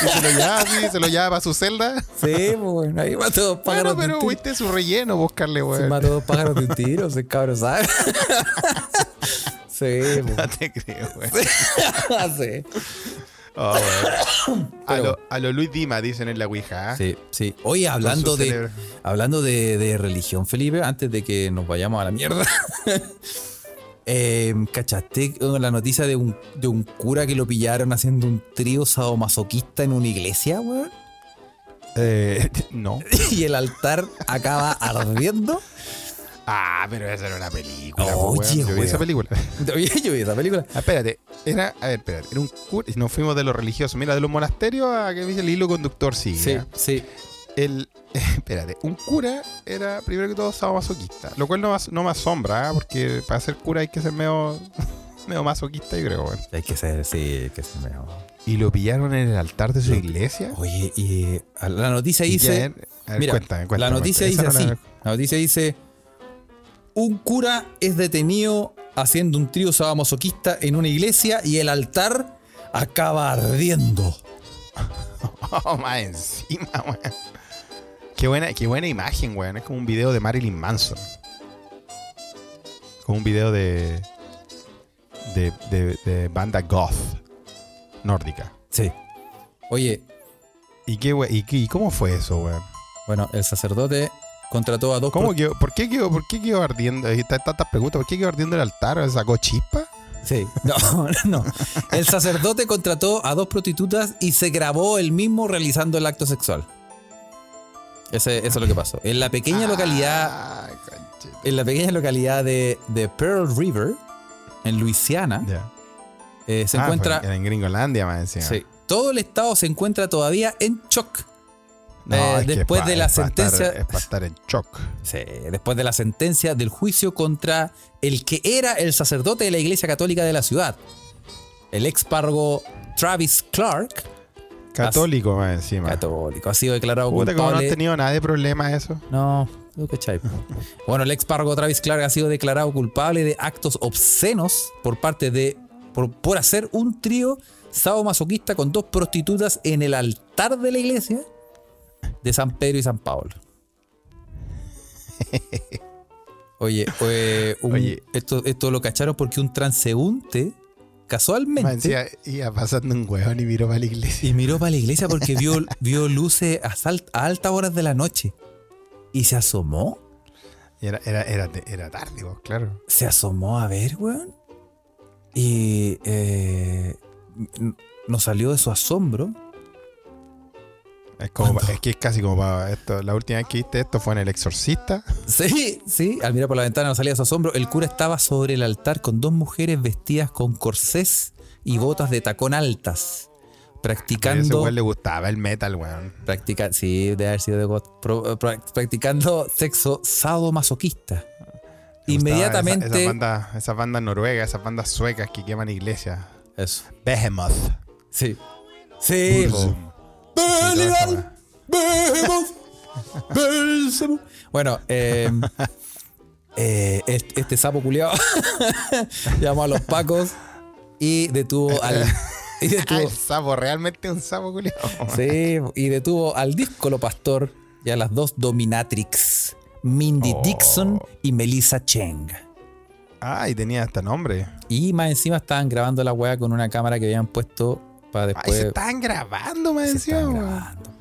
Speaker 1: Y se lo llevaba así, se lo llevaba para su celda.
Speaker 2: Sí, pues, weón. Ahí mató dos
Speaker 1: Bueno, pero
Speaker 2: pájaros. de un tiro.
Speaker 1: fuiste su relleno, buscarle,
Speaker 2: Se
Speaker 1: weón.
Speaker 2: mató dos pájaros de un tiro, ese cabrón, ¿sabes? sí,
Speaker 1: No te creo, weón.
Speaker 2: pues. sí.
Speaker 1: Oh, weón. a,
Speaker 2: Pero
Speaker 1: lo, a lo Luis Dimas dicen en la Ouija. ¿ah?
Speaker 2: Sí, sí. Oye, hablando
Speaker 1: su
Speaker 2: de,
Speaker 1: cerebro.
Speaker 2: hablando de, de religión, Felipe, antes de que nos vayamos a la mierda, eh, ¿cachaste la noticia de un, de un cura que lo pillaron haciendo un trío sadomasoquista en una iglesia, weón?
Speaker 1: Eh, no.
Speaker 2: Y el altar acaba ardiendo.
Speaker 1: Ah, pero esa era una película.
Speaker 2: Oye,
Speaker 1: pues, weón. Yo vi
Speaker 2: weón.
Speaker 1: esa película.
Speaker 2: Oye, Yo vi esa película.
Speaker 1: Ah, Espérate, era, a ver, espérate, era un cura, nos fuimos de los religiosos, mira, de los monasterios a que dice el hilo conductor sigue. ¿ah?
Speaker 2: Sí,
Speaker 1: ya.
Speaker 2: sí.
Speaker 1: El, espérate, un cura era primero que todo sadomasoquista, lo cual no, as- no me asombra, ¿ah? porque para ser cura hay que ser medio, medio masoquista, yo creo, weón.
Speaker 2: Hay que ser, sí, hay que ser. medio-
Speaker 1: Y lo pillaron en el altar de su
Speaker 2: Lo-
Speaker 1: iglesia.
Speaker 2: Oye, y eh, la noticia
Speaker 1: Y
Speaker 2: dice.
Speaker 1: ya, a ver,
Speaker 2: Mira,
Speaker 1: cuéntame, cuéntame,
Speaker 2: la noticia
Speaker 1: cuéntame.
Speaker 2: dice
Speaker 1: Esa no
Speaker 2: así. La noticia dice: Un cura es detenido haciendo un trío sadomasoquista en una iglesia y el altar acaba ardiendo.
Speaker 1: la- Oh, más encima, weón. Qué buena, qué buena imagen, weón. Es como un video de Marilyn Manson. Como un video de. de, de- de banda goth nórdica.
Speaker 2: Sí. Oye,
Speaker 1: ¿Y, qué, we- y, qué- y cómo fue eso, weón?
Speaker 2: bueno, el sacerdote contrató a dos.
Speaker 1: ¿Cómo quedó- ¿Por qué quedó, por qué quedó ardiendo? Ahí está- Tantas preguntas. ¿Por qué quedó ardiendo el altar? ¿Sacó chispa?
Speaker 2: Sí, no, no. El sacerdote contrató a dos prostitutas y se grabó él mismo realizando el acto sexual. Ese, eso es lo que pasó. En la pequeña localidad
Speaker 1: Ah, concha Machete.
Speaker 2: En la pequeña localidad de, de Pearl River, en Luisiana,
Speaker 1: Ya.
Speaker 2: eh, se
Speaker 1: Ah,
Speaker 2: encuentra.
Speaker 1: fue En Gringolandia, más encima.
Speaker 2: sí, todo el estado se encuentra todavía en shock. eh,
Speaker 1: es que es
Speaker 2: después
Speaker 1: pa-
Speaker 2: de la
Speaker 1: es pa' estar-
Speaker 2: sentencia-
Speaker 1: es para estar en shock.
Speaker 2: Sí, después de la sentencia del juicio contra el que era el sacerdote de la Iglesia Católica de la ciudad, el ex párroco Travis Clark,
Speaker 1: Católico, más encima.
Speaker 2: católico, ha sido declarado
Speaker 1: Puta, como no han
Speaker 2: culpable.
Speaker 1: tenido nada de problema eso.
Speaker 2: No, no cachai, po. Bueno, el ex párroco Travis Clark ha sido declarado culpable de actos obscenos por parte de. por, por hacer un trío sadomasoquista con dos prostitutas en el altar de la iglesia de San Pedro y San Pablo. Oye, eh, un-
Speaker 1: Oye.
Speaker 2: Esto, esto lo cacharon porque un transeúnte
Speaker 1: Más
Speaker 2: casualmente
Speaker 1: encima, iba pasando un huevón y miró para la iglesia.
Speaker 2: y miró para la iglesia porque vio, vio luces a, sal- a altas horas de la noche y se asomó.
Speaker 1: Y Era, era, era, era tarde, vos, claro.
Speaker 2: se asomó a ver, weón. Y eh, n- nos salió de su asombro.
Speaker 1: Es, como,
Speaker 2: ¿Cuándo?
Speaker 1: es que es casi como para esto. La última vez que viste esto fue en El Exorcista.
Speaker 2: Sí, sí, al mirar por la ventana nos salía de su asombro. El cura estaba sobre el altar con dos mujeres vestidas con corsés y botas de tacón altas.
Speaker 1: A ese
Speaker 2: Practicando.
Speaker 1: weón le gustaba el metal, weón.
Speaker 2: practica- sí, debe haber sido de God. Pro- eh, pra- practicando sexo sadomasoquista.
Speaker 1: Le gustaba
Speaker 2: Inmediatamente.
Speaker 1: esa- Esas bandas esa banda noruegas, esas bandas suecas que queman iglesias.
Speaker 2: Eso.
Speaker 1: Behemoth.
Speaker 2: Sí. Sí. po.
Speaker 1: Burzum.
Speaker 2: Belibal,
Speaker 1: esa
Speaker 2: Behemoth, Beelzebub. Bueno, eh, eh, este, este sapo culiado llamó a los pacos y detuvo al. Y
Speaker 1: Ah,
Speaker 2: detuvo,
Speaker 1: el sapo, realmente un sapo, culiao.
Speaker 2: sí, y detuvo al díscolo pastor y a las dos dominatrix, Mindy
Speaker 1: Oh.
Speaker 2: Dixon y Melissa Cheng.
Speaker 1: Ah, y tenía hasta nombre.
Speaker 2: Y más encima estaban grabando la weá con una cámara que habían puesto para
Speaker 1: Ay, se
Speaker 2: después.
Speaker 1: están grabando, me
Speaker 2: se estaban
Speaker 1: decían. weón.
Speaker 2: grabando.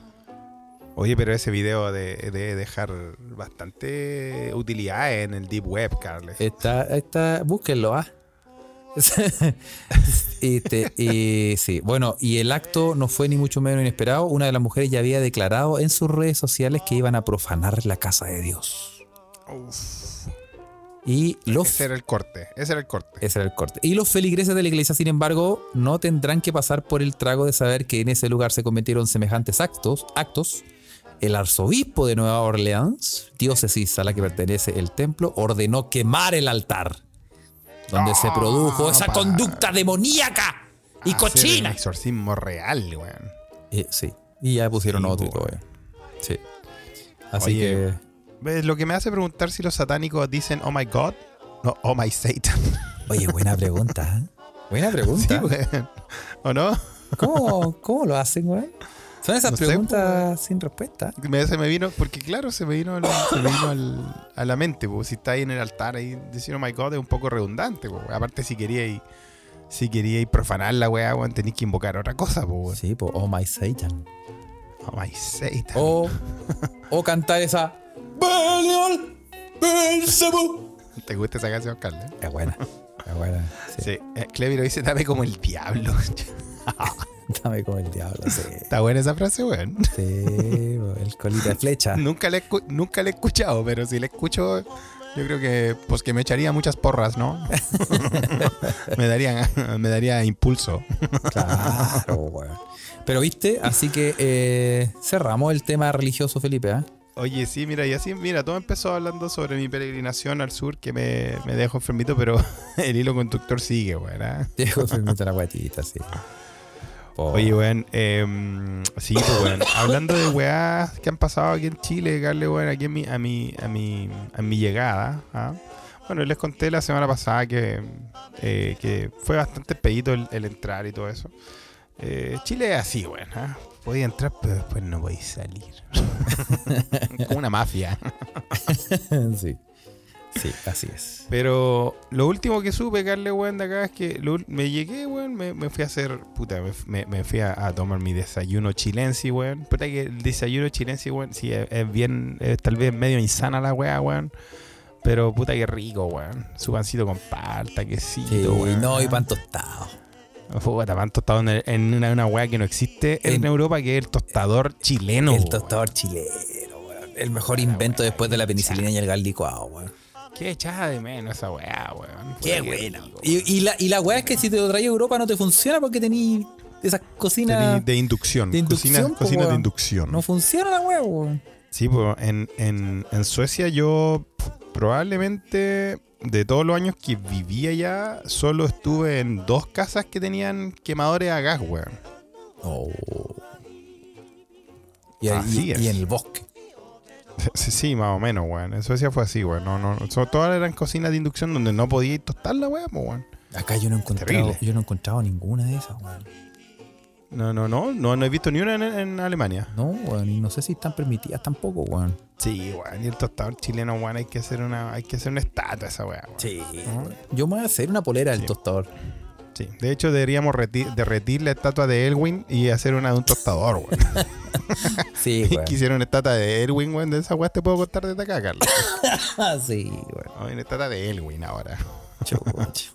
Speaker 1: Oye, pero ese video de, de dejar bastante utilidad en el deep web, Carles.
Speaker 2: Está, está, búsquenlo, ¿ah? y, te- y sí, bueno, y el acto no fue ni mucho menos inesperado. Una de las mujeres ya había declarado en sus redes sociales que iban a profanar la casa de Dios.
Speaker 1: Uf.
Speaker 2: Y los,
Speaker 1: Ese era el corte, ese era el corte.
Speaker 2: ese era el corte. Y los feligreses de la iglesia, sin embargo, no tendrán que pasar por el trago de saber que en ese lugar se cometieron semejantes actos. actos. El arzobispo de Nueva Orleans, diócesis a la que pertenece el templo, ordenó quemar el altar donde se
Speaker 1: Ah,
Speaker 2: produjo esa
Speaker 1: pa- Ah,
Speaker 2: conducta demoníaca
Speaker 1: Hacer
Speaker 2: y
Speaker 1: Un
Speaker 2: cochina.
Speaker 1: exorcismo real, weón.
Speaker 2: Eh, sí, y ya pusieron
Speaker 1: Sí,
Speaker 2: otro y
Speaker 1: po,
Speaker 2: todo. eh. Sí. Así
Speaker 1: Oye,
Speaker 2: que
Speaker 1: ¿Ves? Lo que me hace preguntar si los satánicos dicen oh my god, no oh my satan.
Speaker 2: Oye, buena pregunta. ¿eh? Buena pregunta.
Speaker 1: Sí, weón. ¿O no?
Speaker 2: ¿Cómo, cómo lo hacen, güey? Son esas
Speaker 1: No sé,
Speaker 2: preguntas sin respuesta.
Speaker 1: Me, se me vino, porque claro, se me vino, al- se me vino al- a la mente, po. si está ahí en el altar ahí decir oh my god es un poco redundante, po. aparte si queríais, si queríais profanar la weá, weón, tenéis que invocar otra cosa, po, weón.
Speaker 2: Sí, po, oh my Satan.
Speaker 1: Oh my satan.
Speaker 2: O, o cantar esa. Belial, Beelzebub.
Speaker 1: ¿Te gusta esa canción, Carla?
Speaker 2: Es buena. Es buena. Sí.
Speaker 1: Sí. Eh, Cleviro dice dame como el diablo.
Speaker 2: Dame como el diablo. Sí.
Speaker 1: está buena esa frase, weón.
Speaker 2: Sí, po, el colita de flecha.
Speaker 1: Nunca la, he escu- nunca la he escuchado, pero si la escucho, yo creo que pues que me echaría muchas porras, ¿no? me daría me daría impulso.
Speaker 2: Claro, weón. Pero viste, así que eh, cerramos el tema religioso, Felipe. ¿ah?
Speaker 1: Oye, sí, mira, y así, mira, todo empezó hablando sobre mi peregrinación al sur que me, me dejó enfermito, pero el hilo conductor sigue, weón. ¿ah?
Speaker 2: Diego enfermito la guatita, sí. Oh, Po,
Speaker 1: Oye, weón, eh, sí, pues, weón. Hablando de weás que han pasado aquí en Chile, Carle, weón, aquí en mi, a, mi, a, mi, a mi llegada. ¿ah? Bueno, les conté la semana pasada que, eh, que fue bastante pedito el, el entrar y todo eso. Eh, Chile es así, weón. ¿ah? Podía entrar, pero después no podía salir. Como una mafia.
Speaker 2: sí. Sí, así es.
Speaker 1: Pero lo último que supe, Carle, weón, de acá es que lo ul- me llegué, weón, me, me fui a hacer, puta, me, f- me- me fui a, a tomar mi desayuno chilensi, weón. Puta que el desayuno chilensi, weón, sí, es, es bien, es tal vez medio insana la weá, weón. Pero puta que rico, weón. Su pancito con palta, quesito,
Speaker 2: Sí,
Speaker 1: weón.
Speaker 2: no, y pan tostado.
Speaker 1: Puta, pan tostado en, el- en una, una weá que no existe en,
Speaker 2: En-
Speaker 1: Europa, que es el tostador chileno.
Speaker 2: el
Speaker 1: weón.
Speaker 2: tostador chileno, ah, weón. El mejor invento después de la penicilina y el gas licuado, weón.
Speaker 3: Qué echada de menos esa weá, weón.
Speaker 2: Qué
Speaker 3: Puta,
Speaker 2: buena.
Speaker 3: rico,
Speaker 2: Y, y la, y la weá es que si te lo traes a Europa no te funciona porque tení esas
Speaker 1: De,
Speaker 2: cocinas.
Speaker 1: de inducción.
Speaker 2: de inducción,
Speaker 1: cocina,
Speaker 2: po,
Speaker 1: cocina de
Speaker 2: weón.
Speaker 1: inducción.
Speaker 2: No funciona la weá, weón.
Speaker 1: Sí, pues en, en, en Suecia yo probablemente de todos los años que viví allá, solo estuve en dos casas que tenían quemadores a gas, weón.
Speaker 2: Y, ahí-
Speaker 1: Oh. Así
Speaker 2: y-
Speaker 1: es.
Speaker 2: y en el bosque.
Speaker 1: Sí, sí, más o menos, weón. En Suecia fue así, weón. No, no, so- todas eran cocinas de inducción donde no podías tostar la weá, pues, weón.
Speaker 2: Acá yo no he encontrado,
Speaker 1: Terrible.
Speaker 2: yo no he encontrado ninguna de esas, weón.
Speaker 1: No, no, no, no, no he visto ni una en, en Alemania.
Speaker 2: No, weón, y no sé si están permitidas tampoco, weón.
Speaker 1: Sí, weón. Y el tostador chileno, weón, hay que hacer una, hay que hacer una estatua a esa weá, weón.
Speaker 2: Sí. Yo me voy a hacer una polera del
Speaker 1: Sí.
Speaker 2: tostador.
Speaker 1: Sí. De hecho, deberíamos reti- derretir la estatua de Elwin y hacer una de un tostador, weón.
Speaker 2: Sí,
Speaker 1: Y
Speaker 2: weón.
Speaker 1: Quisiera una estatua de Elwin, weón. De esa weá te puedo contar desde acá, Carlos.
Speaker 2: Ah, sí, weón.
Speaker 1: Hay una estatua de Elwin ahora.
Speaker 2: Chucha.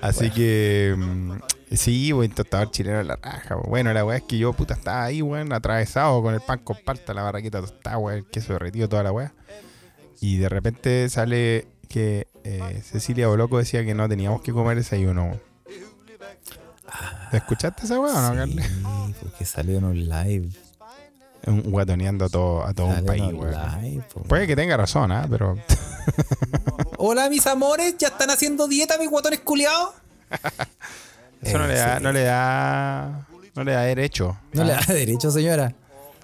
Speaker 1: Así que. mm, sí, weón, tostador chileno en la raja, weón. Bueno, la weá es que yo, puta, estaba ahí, weón, atravesado con el pan con palta, la barraquita tostada, weón, el queso derretido, toda la weá. Y de repente sale que eh, Cecilia Boloco decía que no teníamos que comer desayuno, weón. ¿Te escuchaste esa weá o no, Carlos?
Speaker 2: Sí, porque salió en un live.
Speaker 1: Un- guatoneando a todo, a todo un
Speaker 2: Salió en
Speaker 1: país,
Speaker 2: un
Speaker 1: weón.
Speaker 2: live, po, weón.
Speaker 1: Puede que tenga razón, ¿ah? Pero
Speaker 2: Hola, mis amores, ¿ya están haciendo dieta, mis guatones culiados?
Speaker 1: eso no le da, no le da, no le da derecho.
Speaker 2: Eh, Este, No
Speaker 1: ¿ah?
Speaker 2: le da derecho, señora.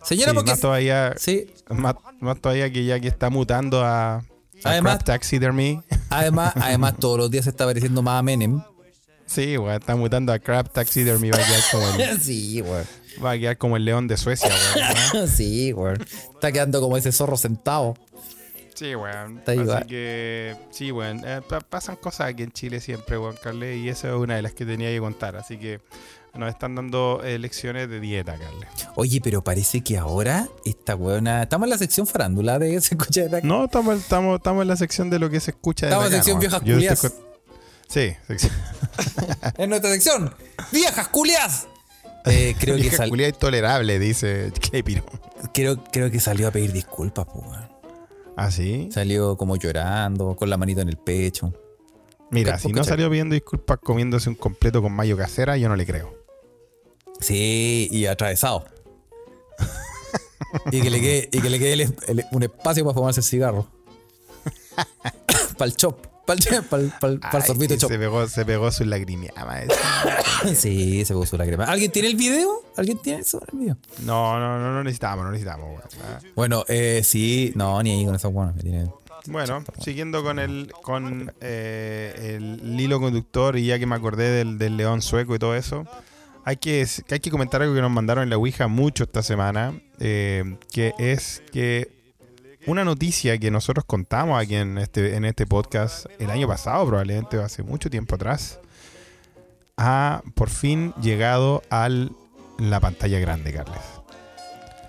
Speaker 2: Señora,
Speaker 1: Sí,
Speaker 2: porque.
Speaker 1: más todavía,
Speaker 2: Sí,
Speaker 1: más, más todavía que ya que está mutando a, a
Speaker 2: Además-
Speaker 1: Crab Taxidermy.
Speaker 2: además, además todos los días se está pareciendo más a Menem.
Speaker 1: Sí, weón, está mutando a Crab Taxidermy. Va a quedar como el,
Speaker 2: Sí, weón.
Speaker 1: va a quedar como el león de Suecia, weón. ¿ah?
Speaker 2: Sí, weón. Está quedando como ese zorro sentado.
Speaker 1: Sí, weón.
Speaker 2: Está igual.
Speaker 1: Así que, sí, weón. eh, pa- pasan cosas aquí en Chile siempre, weón, Carle. Y esa es una de las que tenía que contar. Así que nos están dando eh, lecciones de dieta, Carle.
Speaker 2: Oye, pero parece que ahora esta weona. Estamos en la sección farándula de ese coche de ataque.
Speaker 1: No, estamos, estamos, estamos en la sección de lo que se escucha. desde
Speaker 2: Estamos en
Speaker 1: acá,
Speaker 2: sección
Speaker 1: ¿no?
Speaker 2: viejas
Speaker 1: Yo
Speaker 2: culias.
Speaker 1: estoy con- Sí, sección
Speaker 2: En nuestra sección, viejas culias. Eh, creo, que
Speaker 1: viejas
Speaker 2: sal-
Speaker 1: culias intolerable, dice Kepiro.
Speaker 2: creo, creo que salió a pedir disculpas, po, weón.
Speaker 1: ¿Ah, sí?
Speaker 2: Salió como llorando, con la manito en el pecho.
Speaker 1: Mira,
Speaker 2: Capo,
Speaker 1: si no
Speaker 2: cacha.
Speaker 1: salió pidiendo disculpas comiéndose un completo con mayo casera, yo no le creo.
Speaker 2: Sí, y atravesado. y que le quede, y que le quede el es- el- un espacio para fumarse el cigarro. para el chop. Para el,
Speaker 1: Ay,
Speaker 2: sorbito chop.
Speaker 1: se pegó, se pegó su lagrimeada.
Speaker 2: sí, se puso la crema. ¿Alguien tiene el video? ¿Alguien tiene eso en el video?
Speaker 1: No, no, no, no necesitamos, no necesitamos. weón. Ah.
Speaker 2: Bueno, eh, sí. No, ni ahí con esas buenas. Me tiene...
Speaker 1: Bueno, siguiendo con el con eh, el hilo conductor y ya que me acordé del, del león sueco y todo eso, hay que, es- que hay que comentar algo que nos mandaron en la Ouija mucho esta semana, eh, que es que una noticia que nosotros contamos aquí en este, en este podcast el año pasado, probablemente hace mucho tiempo atrás, ha por fin llegado a la pantalla grande, Carles.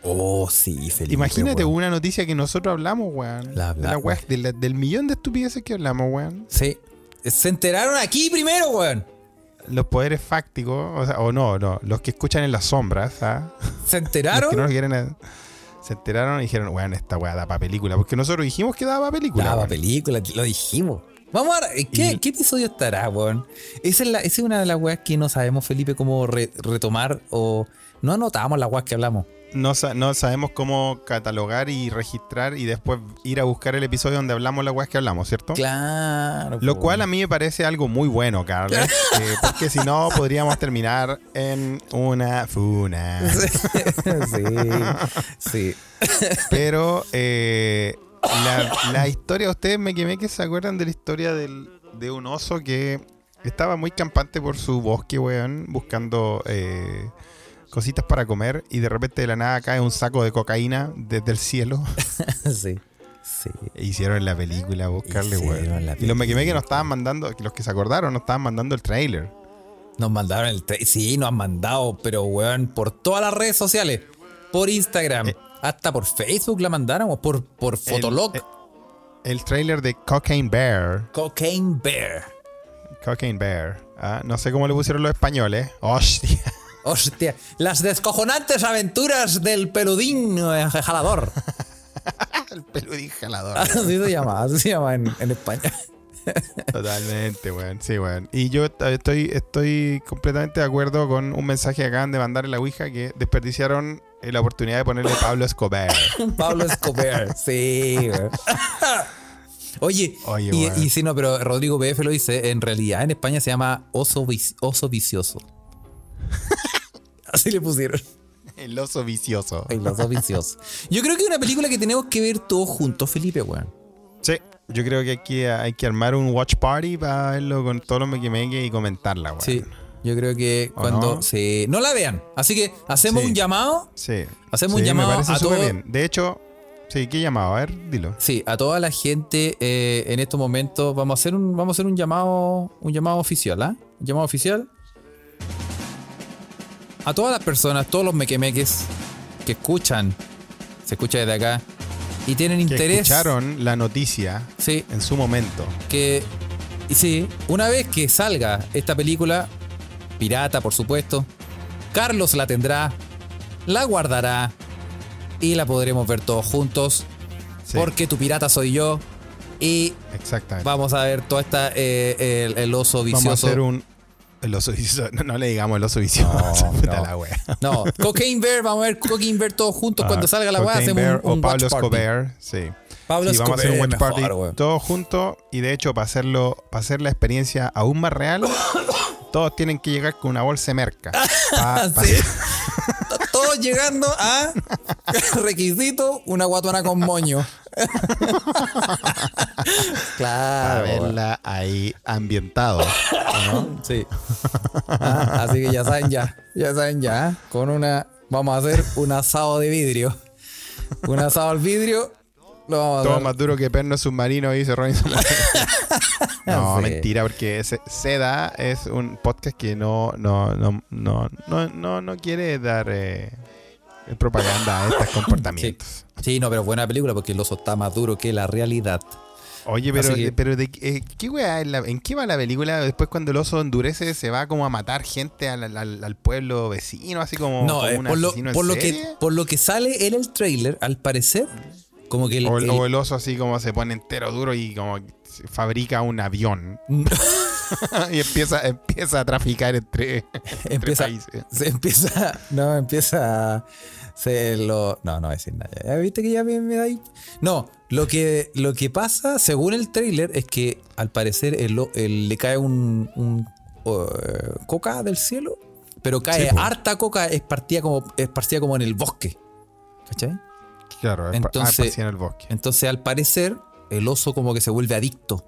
Speaker 2: Oh, sí, Felipe.
Speaker 1: Imagínate
Speaker 2: weón.
Speaker 1: una noticia que nosotros hablamos, weón.
Speaker 2: La
Speaker 1: de la
Speaker 2: hablamos.
Speaker 1: weá- de la- del millón de estupideces que hablamos, weón.
Speaker 2: Sí. Se enteraron aquí primero, weón.
Speaker 1: Los poderes fácticos, o, sea, o no, no, los que escuchan en las sombras, ¿ah?
Speaker 2: Se
Speaker 1: Los
Speaker 2: enteraron.
Speaker 1: que no quieren. eh, Se enteraron y dijeron, weón, esta weá da para película. Porque nosotros dijimos que daba para película.
Speaker 2: Daba
Speaker 1: weón.
Speaker 2: película, lo dijimos. Vamos a ver, ¿qué,
Speaker 1: Y-
Speaker 2: qué episodio estará, weón? Esa es, la- esa es una de las weas que no sabemos, Felipe, cómo re- retomar o no anotábamos las weas que hablamos.
Speaker 1: No, sa- no sabemos cómo catalogar y registrar y después ir a buscar el episodio donde hablamos la weá que hablamos, ¿cierto?
Speaker 2: Claro.
Speaker 1: Lo cual a mí me parece algo muy bueno, Carlos. eh, porque si no, podríamos terminar en una funa.
Speaker 2: sí, sí.
Speaker 1: Pero eh, la, la historia, ustedes me quemé que se acuerdan de la historia del- de un oso que estaba muy campante por su bosque, weón, buscando eh, cositas para comer y de repente de la nada cae un saco de cocaína desde el cielo.
Speaker 2: Sí. Sí.
Speaker 1: E hicieron la película, buscarle,
Speaker 2: Hicieron
Speaker 1: weón.
Speaker 2: la
Speaker 1: Y los me quemé que
Speaker 2: película.
Speaker 1: nos estaban mandando, que los que se acordaron nos estaban mandando el trailer.
Speaker 2: Nos mandaron el. tra- Sí, nos han mandado, pero weón, por todas las redes sociales. Por Instagram. hasta por Facebook la mandaron, o por, por Fotolog.
Speaker 1: Eh. El, eh. el trailer de Cocaine Bear.
Speaker 2: Cocaine Bear.
Speaker 1: Cocaine Bear. Ah, No sé cómo le pusieron los españoles. Hostia.
Speaker 2: Hostia, las descojonantes aventuras del peludín eh, jalador.
Speaker 1: El peludín jalador.
Speaker 2: Así se llama, así se llama en, en España.
Speaker 1: Totalmente, weón. Sí, weón. Y yo t- estoy, estoy completamente de acuerdo con un mensaje que acaban de mandar en la Ouija que desperdiciaron eh, la oportunidad de ponerle Pablo Escobar.
Speaker 2: Pablo Escobar. Sí, güey. Oye,
Speaker 1: Oye,
Speaker 2: y,
Speaker 1: weón.
Speaker 2: y sí, no, pero Rodrigo PF lo dice, en realidad en España se llama oso, vic- oso vicioso. Así le pusieron.
Speaker 1: El oso vicioso.
Speaker 2: El oso vicioso. Yo creo que es una película que tenemos que ver todos juntos, Felipe, weón.
Speaker 1: Sí, yo creo que aquí hay que armar un watch party para verlo con todos los mequimeques y comentarla, weón.
Speaker 2: Sí. Yo creo que
Speaker 1: ¿O
Speaker 2: cuando
Speaker 1: no?
Speaker 2: se... No la vean. Así que hacemos
Speaker 1: Sí.
Speaker 2: un llamado.
Speaker 1: Sí.
Speaker 2: Hacemos
Speaker 1: Sí,
Speaker 2: un llamado
Speaker 1: me parece
Speaker 2: a
Speaker 1: súper
Speaker 2: todo-
Speaker 1: bien. De hecho, sí, ¿qué llamado? A ver, dilo.
Speaker 2: Sí, a toda la gente eh, en estos momentos vamos a hacer un vamos a hacer un llamado un llamado oficial, ¿ah? Un llamado oficial a todas las personas, todos los mequemeques que escuchan, se escucha desde acá y tienen
Speaker 1: Que
Speaker 2: interés.
Speaker 1: escucharon la noticia
Speaker 2: Sí,
Speaker 1: en su momento.
Speaker 2: que y sí, una vez que salga esta película pirata, por supuesto, Carlos la tendrá, la guardará y la podremos ver todos juntos
Speaker 1: Sí,
Speaker 2: porque tu pirata soy yo y
Speaker 1: exactamente.
Speaker 2: Vamos a ver toda esta eh, el, el oso
Speaker 1: Vamos a
Speaker 2: vicioso.
Speaker 1: hacer un. El oso vicioso. No, no le digamos el oso vicioso.
Speaker 2: No,
Speaker 1: Puta
Speaker 2: no.
Speaker 1: la wea.
Speaker 2: No, Cocaine Bear, vamos a ver Cocaine Bear todos juntos cuando
Speaker 1: Ah,
Speaker 2: salga la weá
Speaker 1: Cocaine
Speaker 2: hacemos
Speaker 1: Bear
Speaker 2: un, un
Speaker 1: o Pablo
Speaker 2: watch party.
Speaker 1: Escobar. Sí.
Speaker 2: Pablo
Speaker 1: Sí, vamos a hacer un
Speaker 2: Escobar
Speaker 1: watch
Speaker 2: es
Speaker 1: party
Speaker 2: mejor, weón.
Speaker 1: todos juntos. Y de hecho, para hacerlo, para hacer la experiencia aún más real, todos tienen que llegar con una bolsa de merca. Pa- pa-
Speaker 2: Sí. To- Todos llegando a requisito una guatuana con moño.
Speaker 1: Para
Speaker 2: claro. weón.
Speaker 1: verla ahí ambientado.
Speaker 2: Sí. Ah, así que ya saben ya, ya saben ya, ¿eh? con una vamos a hacer un asado de vidrio. Un asado al vidrio. Lo vamos a
Speaker 1: Todo
Speaker 2: hacer.
Speaker 1: más duro que perno submarino, dice Robinson. no,
Speaker 2: Sí.
Speaker 1: mentira, porque ese- Seda es un podcast que no, no, no, no, no, no, no quiere dar eh, propaganda a estos comportamientos.
Speaker 2: Sí, no, pero buena película porque el oso está más duro que la realidad.
Speaker 1: Oye, pero,
Speaker 2: Así que-
Speaker 1: pero de, eh, ¿qué weá es la- ¿en qué va la película? Después cuando el oso endurece se va como a matar gente al, al- al pueblo vecino, así como,
Speaker 2: no,
Speaker 1: Oh, como
Speaker 2: eh,
Speaker 1: un
Speaker 2: por, lo,
Speaker 1: asesino en
Speaker 2: por, lo
Speaker 1: serie.
Speaker 2: que, por lo que sale en el trailer, al parecer, como que el,
Speaker 1: o, el, o
Speaker 2: el-
Speaker 1: el oso así como se pone entero duro y como se fabrica un avión. y empieza, empieza a traficar entre, entre
Speaker 2: empieza,
Speaker 1: países.
Speaker 2: se empieza, no, empieza, se lo, no, no voy a decir nada. Ya viste que ya me, me da ahí. No, lo que, lo que pasa, según el trailer, es que al parecer el o- el- le cae un, un, eh, coca del cielo, pero cae
Speaker 1: po.
Speaker 2: harta coca esparcida como, esparcida como en el bosque. ¿Cachai?
Speaker 1: Claro, es pa- ah,
Speaker 2: Entonces-
Speaker 1: pasea en el bosque.
Speaker 2: Entonces, al parecer, el oso como que se vuelve adicto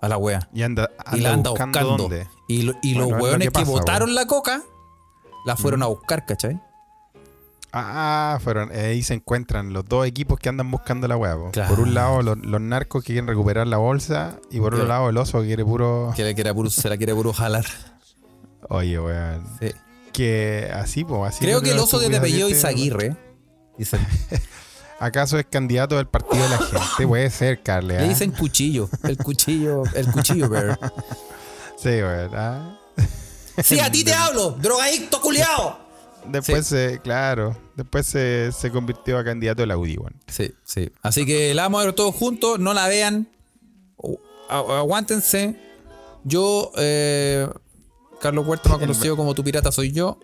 Speaker 2: a la wea.
Speaker 1: Y anda, anda,
Speaker 2: y la anda
Speaker 1: buscando,
Speaker 2: buscando.
Speaker 1: dónde.
Speaker 2: Y, lo- y
Speaker 1: Bueno, es
Speaker 2: los
Speaker 1: lo
Speaker 2: weones
Speaker 1: que
Speaker 2: que,
Speaker 1: pasa,
Speaker 2: botaron la coca, la fueron a buscar, ¿cachai?
Speaker 1: Ah, fueron, ahí se encuentran los dos equipos que andan buscando la hueá. po.
Speaker 2: Claro.
Speaker 1: Por un lado, los, los narcos que quieren recuperar la bolsa y por otro
Speaker 2: Claro.
Speaker 1: lado, el oso que quiere puro...
Speaker 2: Que le quiere puro- se la quiere puro jalar.
Speaker 1: Oye, weón.
Speaker 2: Sí.
Speaker 1: Que este así, pues, así...
Speaker 2: Creo
Speaker 1: no
Speaker 2: que el oso
Speaker 1: tú
Speaker 2: de
Speaker 1: puedes
Speaker 2: apellido
Speaker 1: salirte de-
Speaker 2: Izaguirre. Dicen,
Speaker 1: ¿Acaso es candidato del partido de la gente? Puede ser, Carle. ¿ah?
Speaker 2: le dicen cuchillo. El cuchillo, el cuchillo bear.
Speaker 1: Sí, weón. ¿ah?
Speaker 2: ¡Sí, a ti te hablo! ¡Drogadicto culiao!
Speaker 1: Después, se, claro, después se, se convirtió a candidato de la UDI, weón.
Speaker 2: Sí, sí. Así que la vamos a ver todos juntos, no la vean. O- a- Aguántense. Yo, eh, Carlos Huerta, más conocido como tu pirata soy yo.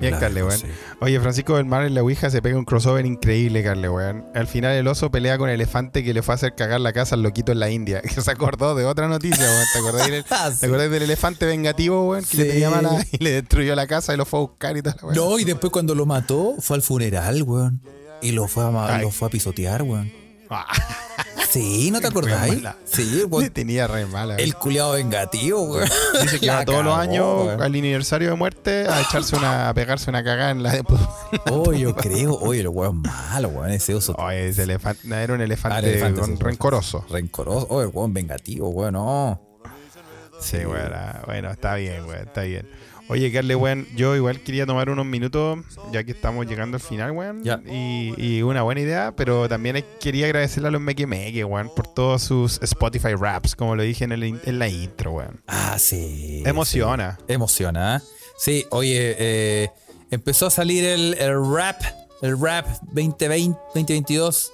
Speaker 1: Bien,
Speaker 2: La
Speaker 1: Carle,
Speaker 2: verdad,
Speaker 1: weón.
Speaker 2: sí.
Speaker 1: Oye, Francisco del Mar en la Ouija se pega un crossover increíble, Carle, weón. Al final el oso pelea con el elefante que le fue a hacer cagar la casa al loquito en la India. Que se acordó de otra noticia, weón. ¿Te acordás del,
Speaker 2: Ah, sí.
Speaker 1: te acordás del elefante vengativo, weón? Que le
Speaker 2: Sí.
Speaker 1: tenía mala y le destruyó la casa y lo fue a buscar y tal, weón.
Speaker 2: No, y después cuando lo mató, fue al funeral, weón. Y lo fue a, ma-
Speaker 1: Ay.
Speaker 2: lo fue a pisotear, weón.
Speaker 1: Ah,
Speaker 2: Sí, ¿no te acordáis?
Speaker 1: mala.
Speaker 2: Sí,
Speaker 1: le
Speaker 2: weón.
Speaker 1: tenía re mala. weón.
Speaker 2: El culiado vengativo, weón.
Speaker 1: Dice que
Speaker 2: La
Speaker 1: va todos los
Speaker 2: cagó,
Speaker 1: años
Speaker 2: weón.
Speaker 1: al aniversario de muerte a echarse una, a pegarse una cagada en la
Speaker 2: Oh, yo creo. Oye, el weón malo, weón. Ese oso
Speaker 1: Oye, ese elefante era un elefante,
Speaker 2: Ah, el elefante,
Speaker 1: con-
Speaker 2: sí, sí.
Speaker 1: Oh, rencoroso.
Speaker 2: rencoroso. Oye, el weón vengativo, weón. No.
Speaker 1: Sí, weón, ah, bueno, está bien, weón, está bien. Oye, Carle, weón, yo igual quería tomar unos minutos, ya que estamos llegando al final, weón.
Speaker 2: Ya.
Speaker 1: Y, y una buena idea, pero también quería agradecerle a los Meque Meque, weón, por todos sus Spotify raps, como lo dije en, el in- en la intro, weón.
Speaker 2: Ah, sí.
Speaker 1: Emociona.
Speaker 2: Emociona. ¿eh? Sí, oye, eh, empezó a salir el, el rap, el rap 2020, 2022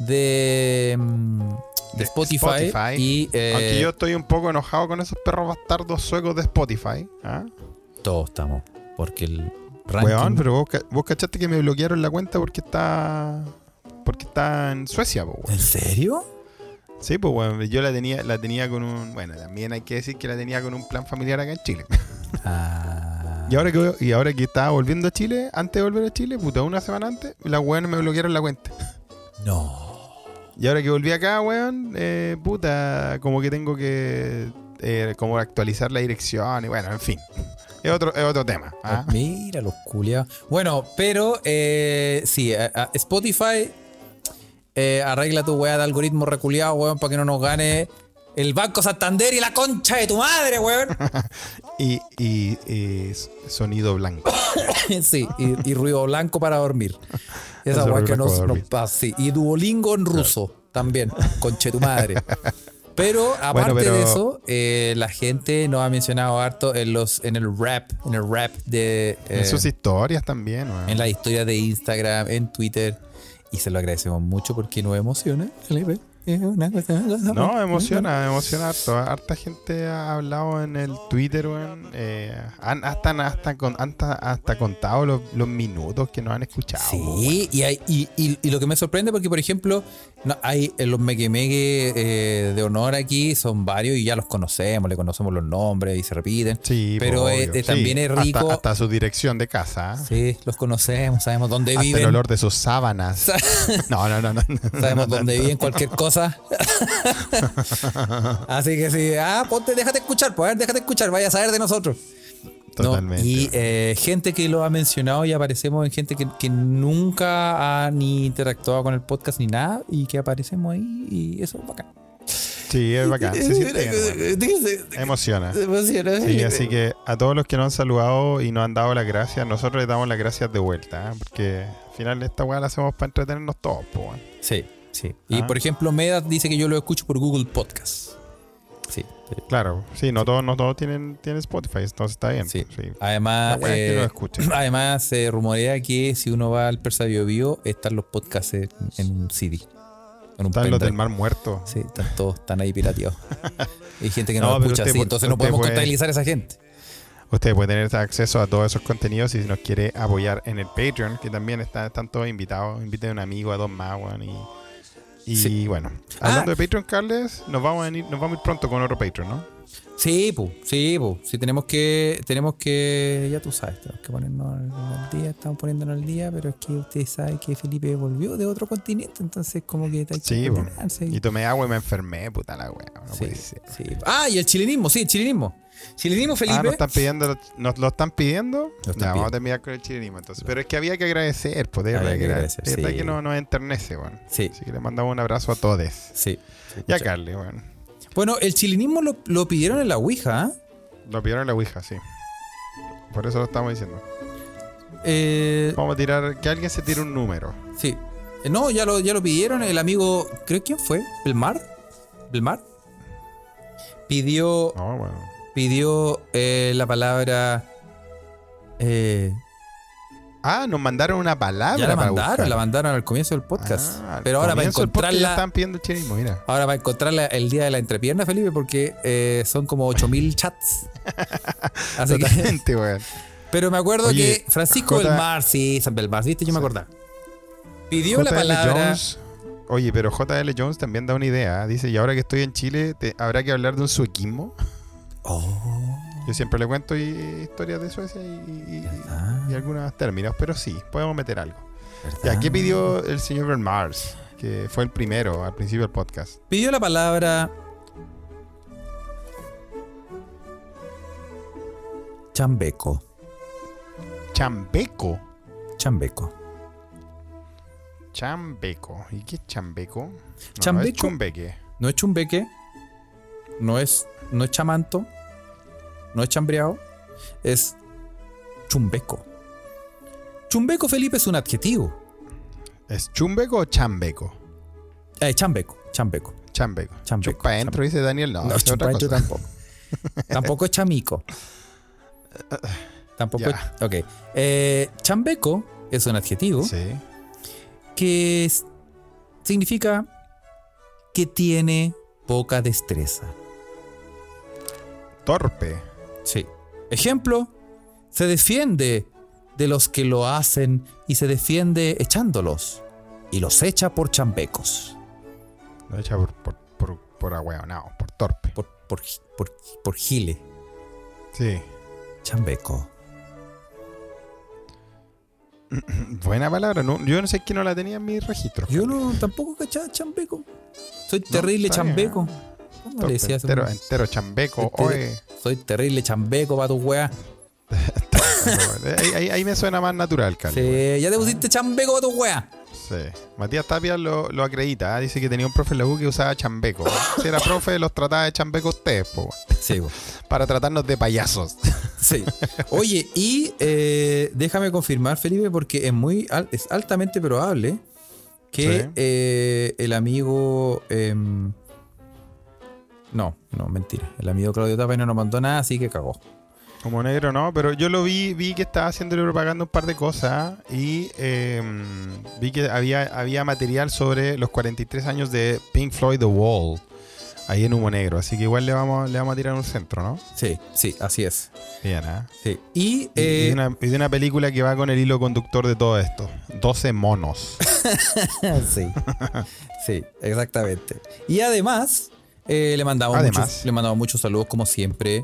Speaker 2: de, mm, de
Speaker 1: De
Speaker 2: Spotify,
Speaker 1: Spotify.
Speaker 2: y eh,
Speaker 1: Aunque yo estoy un poco enojado con esos perros bastardos suecos de Spotify. ¿ah?
Speaker 2: todos estamos. Porque el ranking.
Speaker 1: Weón, pero vos, ca- vos cachaste que me bloquearon la cuenta porque está. Porque está en Suecia, po, weón.
Speaker 2: ¿En serio?
Speaker 1: Sí, pues weón. Yo la tenía, la tenía con un. Bueno, también hay que decir que la tenía con un plan familiar acá en Chile.
Speaker 2: Ah,
Speaker 1: Y ahora que y ahora que estaba volviendo a Chile, antes de volver a Chile, puta, una semana antes, las weones me bloquearon la cuenta.
Speaker 2: no.
Speaker 1: Y ahora que volví acá, weón, eh, puta, como que tengo que eh, como actualizar la dirección y bueno, en fin. Es otro, es otro tema. ¿ah?
Speaker 2: Mira los culiados. Bueno, pero eh, sí, a- a- Spotify eh, arregla tu weá de algoritmo reculiado, weón, para que no nos gane el Banco Santander y la concha de tu madre, weón.
Speaker 1: Y, y, y s- sonido blanco.
Speaker 2: sí, y, y ruido blanco para dormir. Esa
Speaker 1: Ese
Speaker 2: weá
Speaker 1: ruido
Speaker 2: que
Speaker 1: blanco
Speaker 2: nos,
Speaker 1: para
Speaker 2: nos
Speaker 1: dormir.
Speaker 2: pasa. sí. Y Duolingo en ruso también, conche tu madre. Pero aparte
Speaker 1: pero-
Speaker 2: de eso, eh, la gente nos ha mencionado harto en los en el rap, en el rap de eh,
Speaker 1: en sus historias también, weón.
Speaker 2: en las historias de Instagram, en Twitter. Y se lo agradecemos mucho porque nos emociona. Felipe. Es una cosa-
Speaker 1: No, emociona, emociona harto. Harta gente ha hablado en el Twitter, weón. Eh, han- hasta, hasta, con, hasta, hasta contado los, los minutos que nos han escuchado.
Speaker 2: Sí, y, hay- y, y- y lo que me sorprende porque, por ejemplo, no, hay eh, los meque meque eh, de honor aquí, son varios y ya los conocemos, le conocemos los nombres y se repiten.
Speaker 1: Sí,
Speaker 2: Pero
Speaker 1: pues,
Speaker 2: es-
Speaker 1: obvio.
Speaker 2: es- también es
Speaker 1: Hasta-
Speaker 2: rico-
Speaker 1: Hasta, su dirección de casa. ¿eh?
Speaker 2: Sí, los conocemos, sabemos dónde
Speaker 1: Hasta el
Speaker 2: viven,
Speaker 1: olor de sus sábanas. no, no, no, no.
Speaker 2: sabemos dónde viven, cualquier cosa. Así que sí, ah, ponte, déjate escuchar, pues, a ver, déjate escuchar, vaya a saber de nosotros. No,
Speaker 1: Totalmente.
Speaker 2: y eh, gente que lo ha mencionado y aparecemos en gente que, que nunca ha ni interactuado con el podcast ni nada y que aparecemos ahí y eso es bacán.
Speaker 1: sí, eh, es bacán. Se siente bien, weón. Emociona. Sí, así que a todos los que nos han saludado y nos han dado las gracias, nosotros les damos las gracias de vuelta, ¿eh? porque al final esta weá la hacemos para entretenernos todos, po, weón.
Speaker 2: Sí, sí. Y
Speaker 1: Ah.
Speaker 2: por ejemplo, Medas dice que yo lo escucho por Google Podcast. Sí.
Speaker 1: Claro, sí, no todos, no todos tienen, tienen Spotify, entonces está bien.
Speaker 2: Sí.
Speaker 1: pues, sí. La
Speaker 2: Además,
Speaker 1: weá es que
Speaker 2: eh,
Speaker 1: lo escuchen.
Speaker 2: además se rumorea que si uno va al Persa Bio Bio, están los podcasts en, en un CD. En un
Speaker 1: Están los
Speaker 2: pendrive.
Speaker 1: del Mar Muerto.
Speaker 2: Sí, están todos están ahí pirateados. Hay gente que
Speaker 1: No,
Speaker 2: no, lo
Speaker 1: pero
Speaker 2: escucha
Speaker 1: usted
Speaker 2: así,
Speaker 1: pu-
Speaker 2: entonces no
Speaker 1: usted
Speaker 2: podemos
Speaker 1: puede-
Speaker 2: contabilizar a esa gente.
Speaker 1: Usted puede tener acceso a todos esos contenidos y si nos quiere apoyar en el Patreon, que también está- están todos invitados. Inviten a un amigo, a dos más, weón, Y, y
Speaker 2: Sí.
Speaker 1: bueno,
Speaker 2: Ah.
Speaker 1: hablando de Patreon, Carles, nos vamos, a venir, nos vamos a ir pronto con otro Patreon, ¿no?
Speaker 2: Sí, pues, sí, pues. Sí, tenemos que, tenemos que, ya tú sabes, tenemos que ponernos al, al día, estamos poniéndonos al día, pero es que ustedes saben que Felipe volvió de otro continente, entonces como que hay que
Speaker 1: Sí, po.
Speaker 2: ordenarse.
Speaker 1: Y tomé agua y me enfermé, puta la wea. No
Speaker 2: Sí,
Speaker 1: puede ser.
Speaker 2: sí. Ah, y el chilenismo, sí, el chilenismo. Chilenismo, Felipe.
Speaker 1: Ah, nos están pidiendo, nos lo están pidiendo. ya,
Speaker 2: Lo están
Speaker 1: vamos a
Speaker 2: pidiendo.
Speaker 1: terminar con el chilenismo entonces. Pero es que había que agradecer, pues, de
Speaker 2: Había
Speaker 1: verdad
Speaker 2: que
Speaker 1: que era-
Speaker 2: agradecer,
Speaker 1: de verdad
Speaker 2: sí.
Speaker 1: que no, nos enternece, weón.
Speaker 2: Sí.
Speaker 1: Así que le mandamos un abrazo a todos.
Speaker 2: Sí.
Speaker 1: Ya,
Speaker 2: Sí.
Speaker 1: Carles, weón.
Speaker 2: Bueno, el chilenismo lo, lo pidieron en la Ouija, ¿ah?
Speaker 1: Lo pidieron en la Ouija, sí. Por eso lo estamos diciendo.
Speaker 2: Eh,
Speaker 1: Vamos a tirar, que alguien se tire un número.
Speaker 2: sí. Eh, No, ya lo, ya lo pidieron. El amigo, creo quién fue, Belmar. Belmar. Pidió
Speaker 1: No, bueno.
Speaker 2: pidió eh, la palabra. eh,
Speaker 1: Ah, nos mandaron una palabra.
Speaker 2: ya la
Speaker 1: Ah, para
Speaker 2: mandaron,
Speaker 1: buscar.
Speaker 2: la mandaron al comienzo del podcast.
Speaker 1: Ah, al
Speaker 2: pero ahora para
Speaker 1: comienzo del podcast ya
Speaker 2: encontrarla.
Speaker 1: Están pidiendo el chilenismo, mira.
Speaker 2: Ahora para encontrarla el día de la entrepierna, Felipe, porque eh, son como 8000 chats. Así que-
Speaker 1: Totalmente, weón.
Speaker 2: pero me acuerdo
Speaker 1: Oye,
Speaker 2: que Francisco
Speaker 1: J-
Speaker 2: Belmar, sí, San Belmar, viste, yo me acordaba. Pidió la
Speaker 1: JL
Speaker 2: palabra.
Speaker 1: Jones- oye, pero JL Jones también da una idea. ¿eh? Dice, y ahora que estoy en Chile, te- ¿habrá que hablar de un suequismo?
Speaker 2: Oh,
Speaker 1: Yo siempre le cuento i- historias de Suecia y, y-
Speaker 2: ¿Verdad?
Speaker 1: y algunos términos, pero sí, podemos meter algo.
Speaker 2: ¿verdad?
Speaker 1: Ya, ¿qué pidió el señor Bernmars? Que fue el primero al principio del podcast.
Speaker 2: Pidió la palabra. Chambeco.
Speaker 1: Chambeco.
Speaker 2: Chambeco.
Speaker 1: Chambeco. ¿Y qué es chambeco? No, no es
Speaker 2: Chambeco.
Speaker 1: chumbeque.
Speaker 2: No es chumbeque. No es, no es chamanto. No es chambreado. Es chumbeco. Chumbeco, Felipe, es un adjetivo.
Speaker 1: ¿Es chumbeco o chambeco?
Speaker 2: Eh, chambeco, chambeco.
Speaker 1: Chambeco.
Speaker 2: Chambeco,
Speaker 1: Chupa entro, dice Daniel. No,
Speaker 2: No,
Speaker 1: es otra
Speaker 2: chumpancho
Speaker 1: cosa.
Speaker 2: tampoco. tampoco es chamico. Tampoco es-
Speaker 1: Ya.
Speaker 2: Ok. Eh, chambeco es un adjetivo
Speaker 1: Sí.
Speaker 2: que es- significa que tiene poca destreza.
Speaker 1: Torpe.
Speaker 2: Sí. Ejemplo, se defiende de los que lo hacen y se defiende echándolos y los echa por chambecos,
Speaker 1: Lo echa por, por, por, por ahueonao, por torpe.
Speaker 2: por, por, por, por gile,
Speaker 1: Sí.
Speaker 2: chambeco.
Speaker 1: Buena palabra. no- yo no sé quién no la tenía en mi registro.
Speaker 2: Yo no, tampoco cachaba chambeco. Soy terrible
Speaker 1: está bien.
Speaker 2: chambeco. ¿Cómo
Speaker 1: Torpe,
Speaker 2: le decía hace
Speaker 1: entero, eh.
Speaker 2: un-
Speaker 1: entero chambeco.
Speaker 2: Este-
Speaker 1: oe.
Speaker 2: Soy terrible chambeco para tu weá.
Speaker 1: ahí, ahí- ahí me suena más natural, Carlos.
Speaker 2: Sí,
Speaker 1: Ah.
Speaker 2: ya te pusiste chambeco para tu weá.
Speaker 1: Sí. Matías Tapia lo, lo acredita. ¿ah? Dice que tenía un profe en la U que usaba chambeco. Si era profe, los trataba de chambeco ustedes, po, weón.
Speaker 2: Sí, po.
Speaker 1: para tratarnos de payasos.
Speaker 2: Sí. Oye, y eh, déjame confirmar, Felipe, porque es muy al- es altamente probable que
Speaker 1: Sí.
Speaker 2: eh, el amigo. em, no, no, mentira. El amigo Claudio Tapia no nos mandó nada, así que cagó.
Speaker 1: Como negro, no, pero yo lo vi, vi que estaba haciéndole propaganda un par de cosas y eh, vi que había, había material sobre los 43 años de Pink Floyd The Wall ahí en humo negro, así que igual le vamos, le vamos a tirar un centro, ¿no?
Speaker 2: Sí, sí, así es.
Speaker 1: Bien, ¿ah?
Speaker 2: Sí. Y,
Speaker 1: Y- y,
Speaker 2: eh,
Speaker 1: de una, y de una película que va con el hilo conductor de todo esto, 12 monos.
Speaker 2: sí. Sí, exactamente. Y además, eh, le, mandamos
Speaker 1: Además.
Speaker 2: Muchos, le mandamos muchos saludos, como siempre,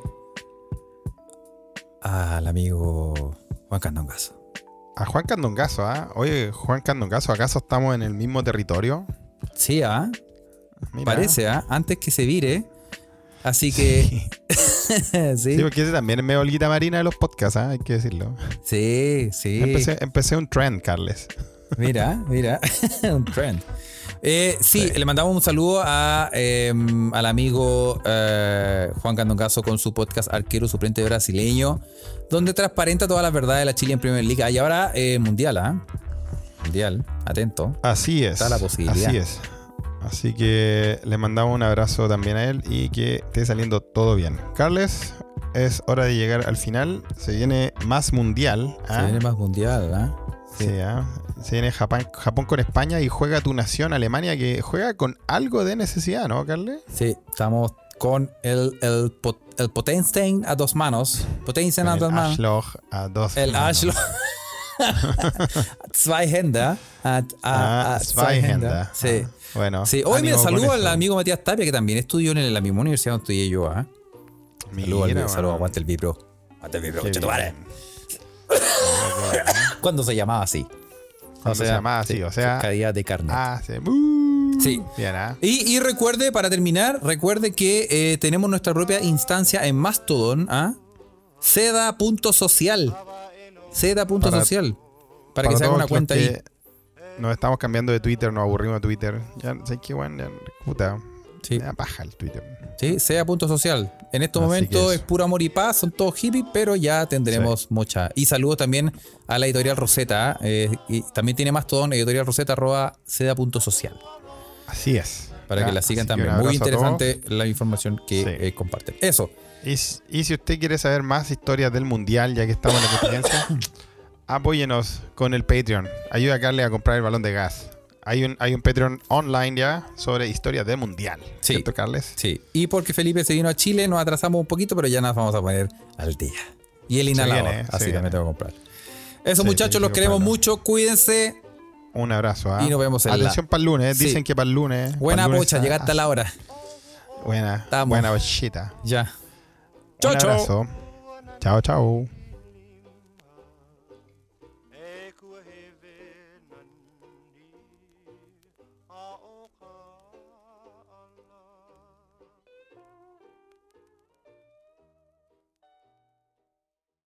Speaker 2: al amigo Juan Candongazo.
Speaker 1: A Juan Candongazo, ¿ah? Oye, Juan Candongazo, ¿acaso estamos en el mismo territorio?
Speaker 2: Sí, ¿ah?
Speaker 1: Mira.
Speaker 2: Parece, ¿ah? Antes que se vire. Así que. sí.
Speaker 1: Sí, porque ese también es medio olguita marina de los podcasts, ¿ah? hay que decirlo.
Speaker 2: Sí, sí.
Speaker 1: Empecé, empecé un trend, Carles.
Speaker 2: Mira, mira. un trend. Eh, sí, le mandamos un saludo a, eh, al amigo eh, Juan Candongazo con su podcast Arquero Suplente Brasileño, donde transparenta todas las verdades de la Chile en Premier League. Ah, Y ahora eh, Mundial, ¿ah? Mundial, atento.
Speaker 1: Así es.
Speaker 2: Está la posibilidad.
Speaker 1: Así es. Así que le mandamos un abrazo también a él y que esté saliendo todo bien. Carles, es hora de llegar al final. Se viene más mundial. ¿ah?
Speaker 2: Se viene más Mundial, ¿ah?
Speaker 1: Sí, ¿ah? Se viene Japón, Japón con España y juega tu nación, Alemania, que juega con algo de necesidad, ¿no, Carles?
Speaker 2: Sí, estamos con el, el, pot- el Potenstein a dos manos. Potenstein a
Speaker 1: Con
Speaker 2: dos
Speaker 1: el
Speaker 2: manos.
Speaker 1: Ashloch a dos.
Speaker 2: El
Speaker 1: manos.
Speaker 2: Ashlo. Zwei Hände. Ah,
Speaker 1: Ah,
Speaker 2: ah, ah,
Speaker 1: zwei Hände.
Speaker 2: Sí.
Speaker 1: Ah, Bueno.
Speaker 2: Sí, hoy me
Speaker 1: ánimo con
Speaker 2: saludo al
Speaker 1: eso.
Speaker 2: amigo Matías Tapia, que también estudió en el- la misma universidad donde estudié yo. ¿ah? Saludo,
Speaker 1: Mira,
Speaker 2: al, saludo,
Speaker 1: bueno.
Speaker 2: aguante el vibro. Aguante el vibro,
Speaker 1: Qué
Speaker 2: concha tu
Speaker 1: bien.
Speaker 2: madre. ¿Cuándo se llamaba así?
Speaker 1: Cuando se llamaba así, o sea-
Speaker 2: Cadía de carne.
Speaker 1: Ah, sí.
Speaker 2: Sí.
Speaker 1: Bien, ¿ah?
Speaker 2: Y, y recuerde, para terminar, recuerde que eh, tenemos nuestra propia instancia en Mastodon, ¿ah? Seda.social. Seda.social. Para, que se haga
Speaker 1: todos
Speaker 2: una
Speaker 1: los
Speaker 2: cuenta
Speaker 1: que
Speaker 2: ahí.
Speaker 1: Nos estamos cambiando de Twitter, nos aburrimos de Twitter. Ya, sé que, bueno, ya, puta,
Speaker 2: Sí.
Speaker 1: me da paja el Twitter.
Speaker 2: Sí, sea punto social. En estos
Speaker 1: Así
Speaker 2: momentos
Speaker 1: que
Speaker 2: es
Speaker 1: eso.
Speaker 2: puro amor y paz, son todos hippies, pero ya tendremos mucha. Y saludo también a la editorial Rosetta. eh, y también tiene más todo editorial Rosetta arroba seda punto social.
Speaker 1: Así es.
Speaker 2: Para
Speaker 1: Ya,
Speaker 2: que la sigan
Speaker 1: Ah, así
Speaker 2: también.
Speaker 1: un abrazo
Speaker 2: Muy
Speaker 1: a todos.
Speaker 2: interesante la información que
Speaker 1: Sí.
Speaker 2: eh, comparten. Eso.
Speaker 1: Y, s- y si usted quiere saber más historias del mundial, ya que estamos en la competencia, apóyenos con el Patreon. Ayuda a Carle a comprar el balón de gas. Hay un, hay un Patreon online ya sobre historias del mundial.
Speaker 2: Sí.
Speaker 1: ¿Cierto, Carles?
Speaker 2: Sí. Y porque Felipe se vino a Chile, nos atrasamos un poquito, pero ya nos vamos a poner al día. Y el inhalador.
Speaker 1: viene, se
Speaker 2: así
Speaker 1: viene.
Speaker 2: también tengo que comprar. Eso,
Speaker 1: Sí,
Speaker 2: muchachos,
Speaker 1: tiene
Speaker 2: los
Speaker 1: que
Speaker 2: queremos
Speaker 1: comprarlo.
Speaker 2: mucho. Cuídense.
Speaker 1: Un abrazo. ¿ah?
Speaker 2: Y nos vemos en la-
Speaker 1: Atención para el lunes.
Speaker 2: Sí.
Speaker 1: Dicen que para el lunes.
Speaker 2: Buena
Speaker 1: pa'l lunes
Speaker 2: pocha,
Speaker 1: está-
Speaker 2: llegaste a la hora.
Speaker 1: Buena.
Speaker 2: Estamos.
Speaker 1: Buena bochita.
Speaker 2: Ya.
Speaker 1: Un abrazo. Chao, chao.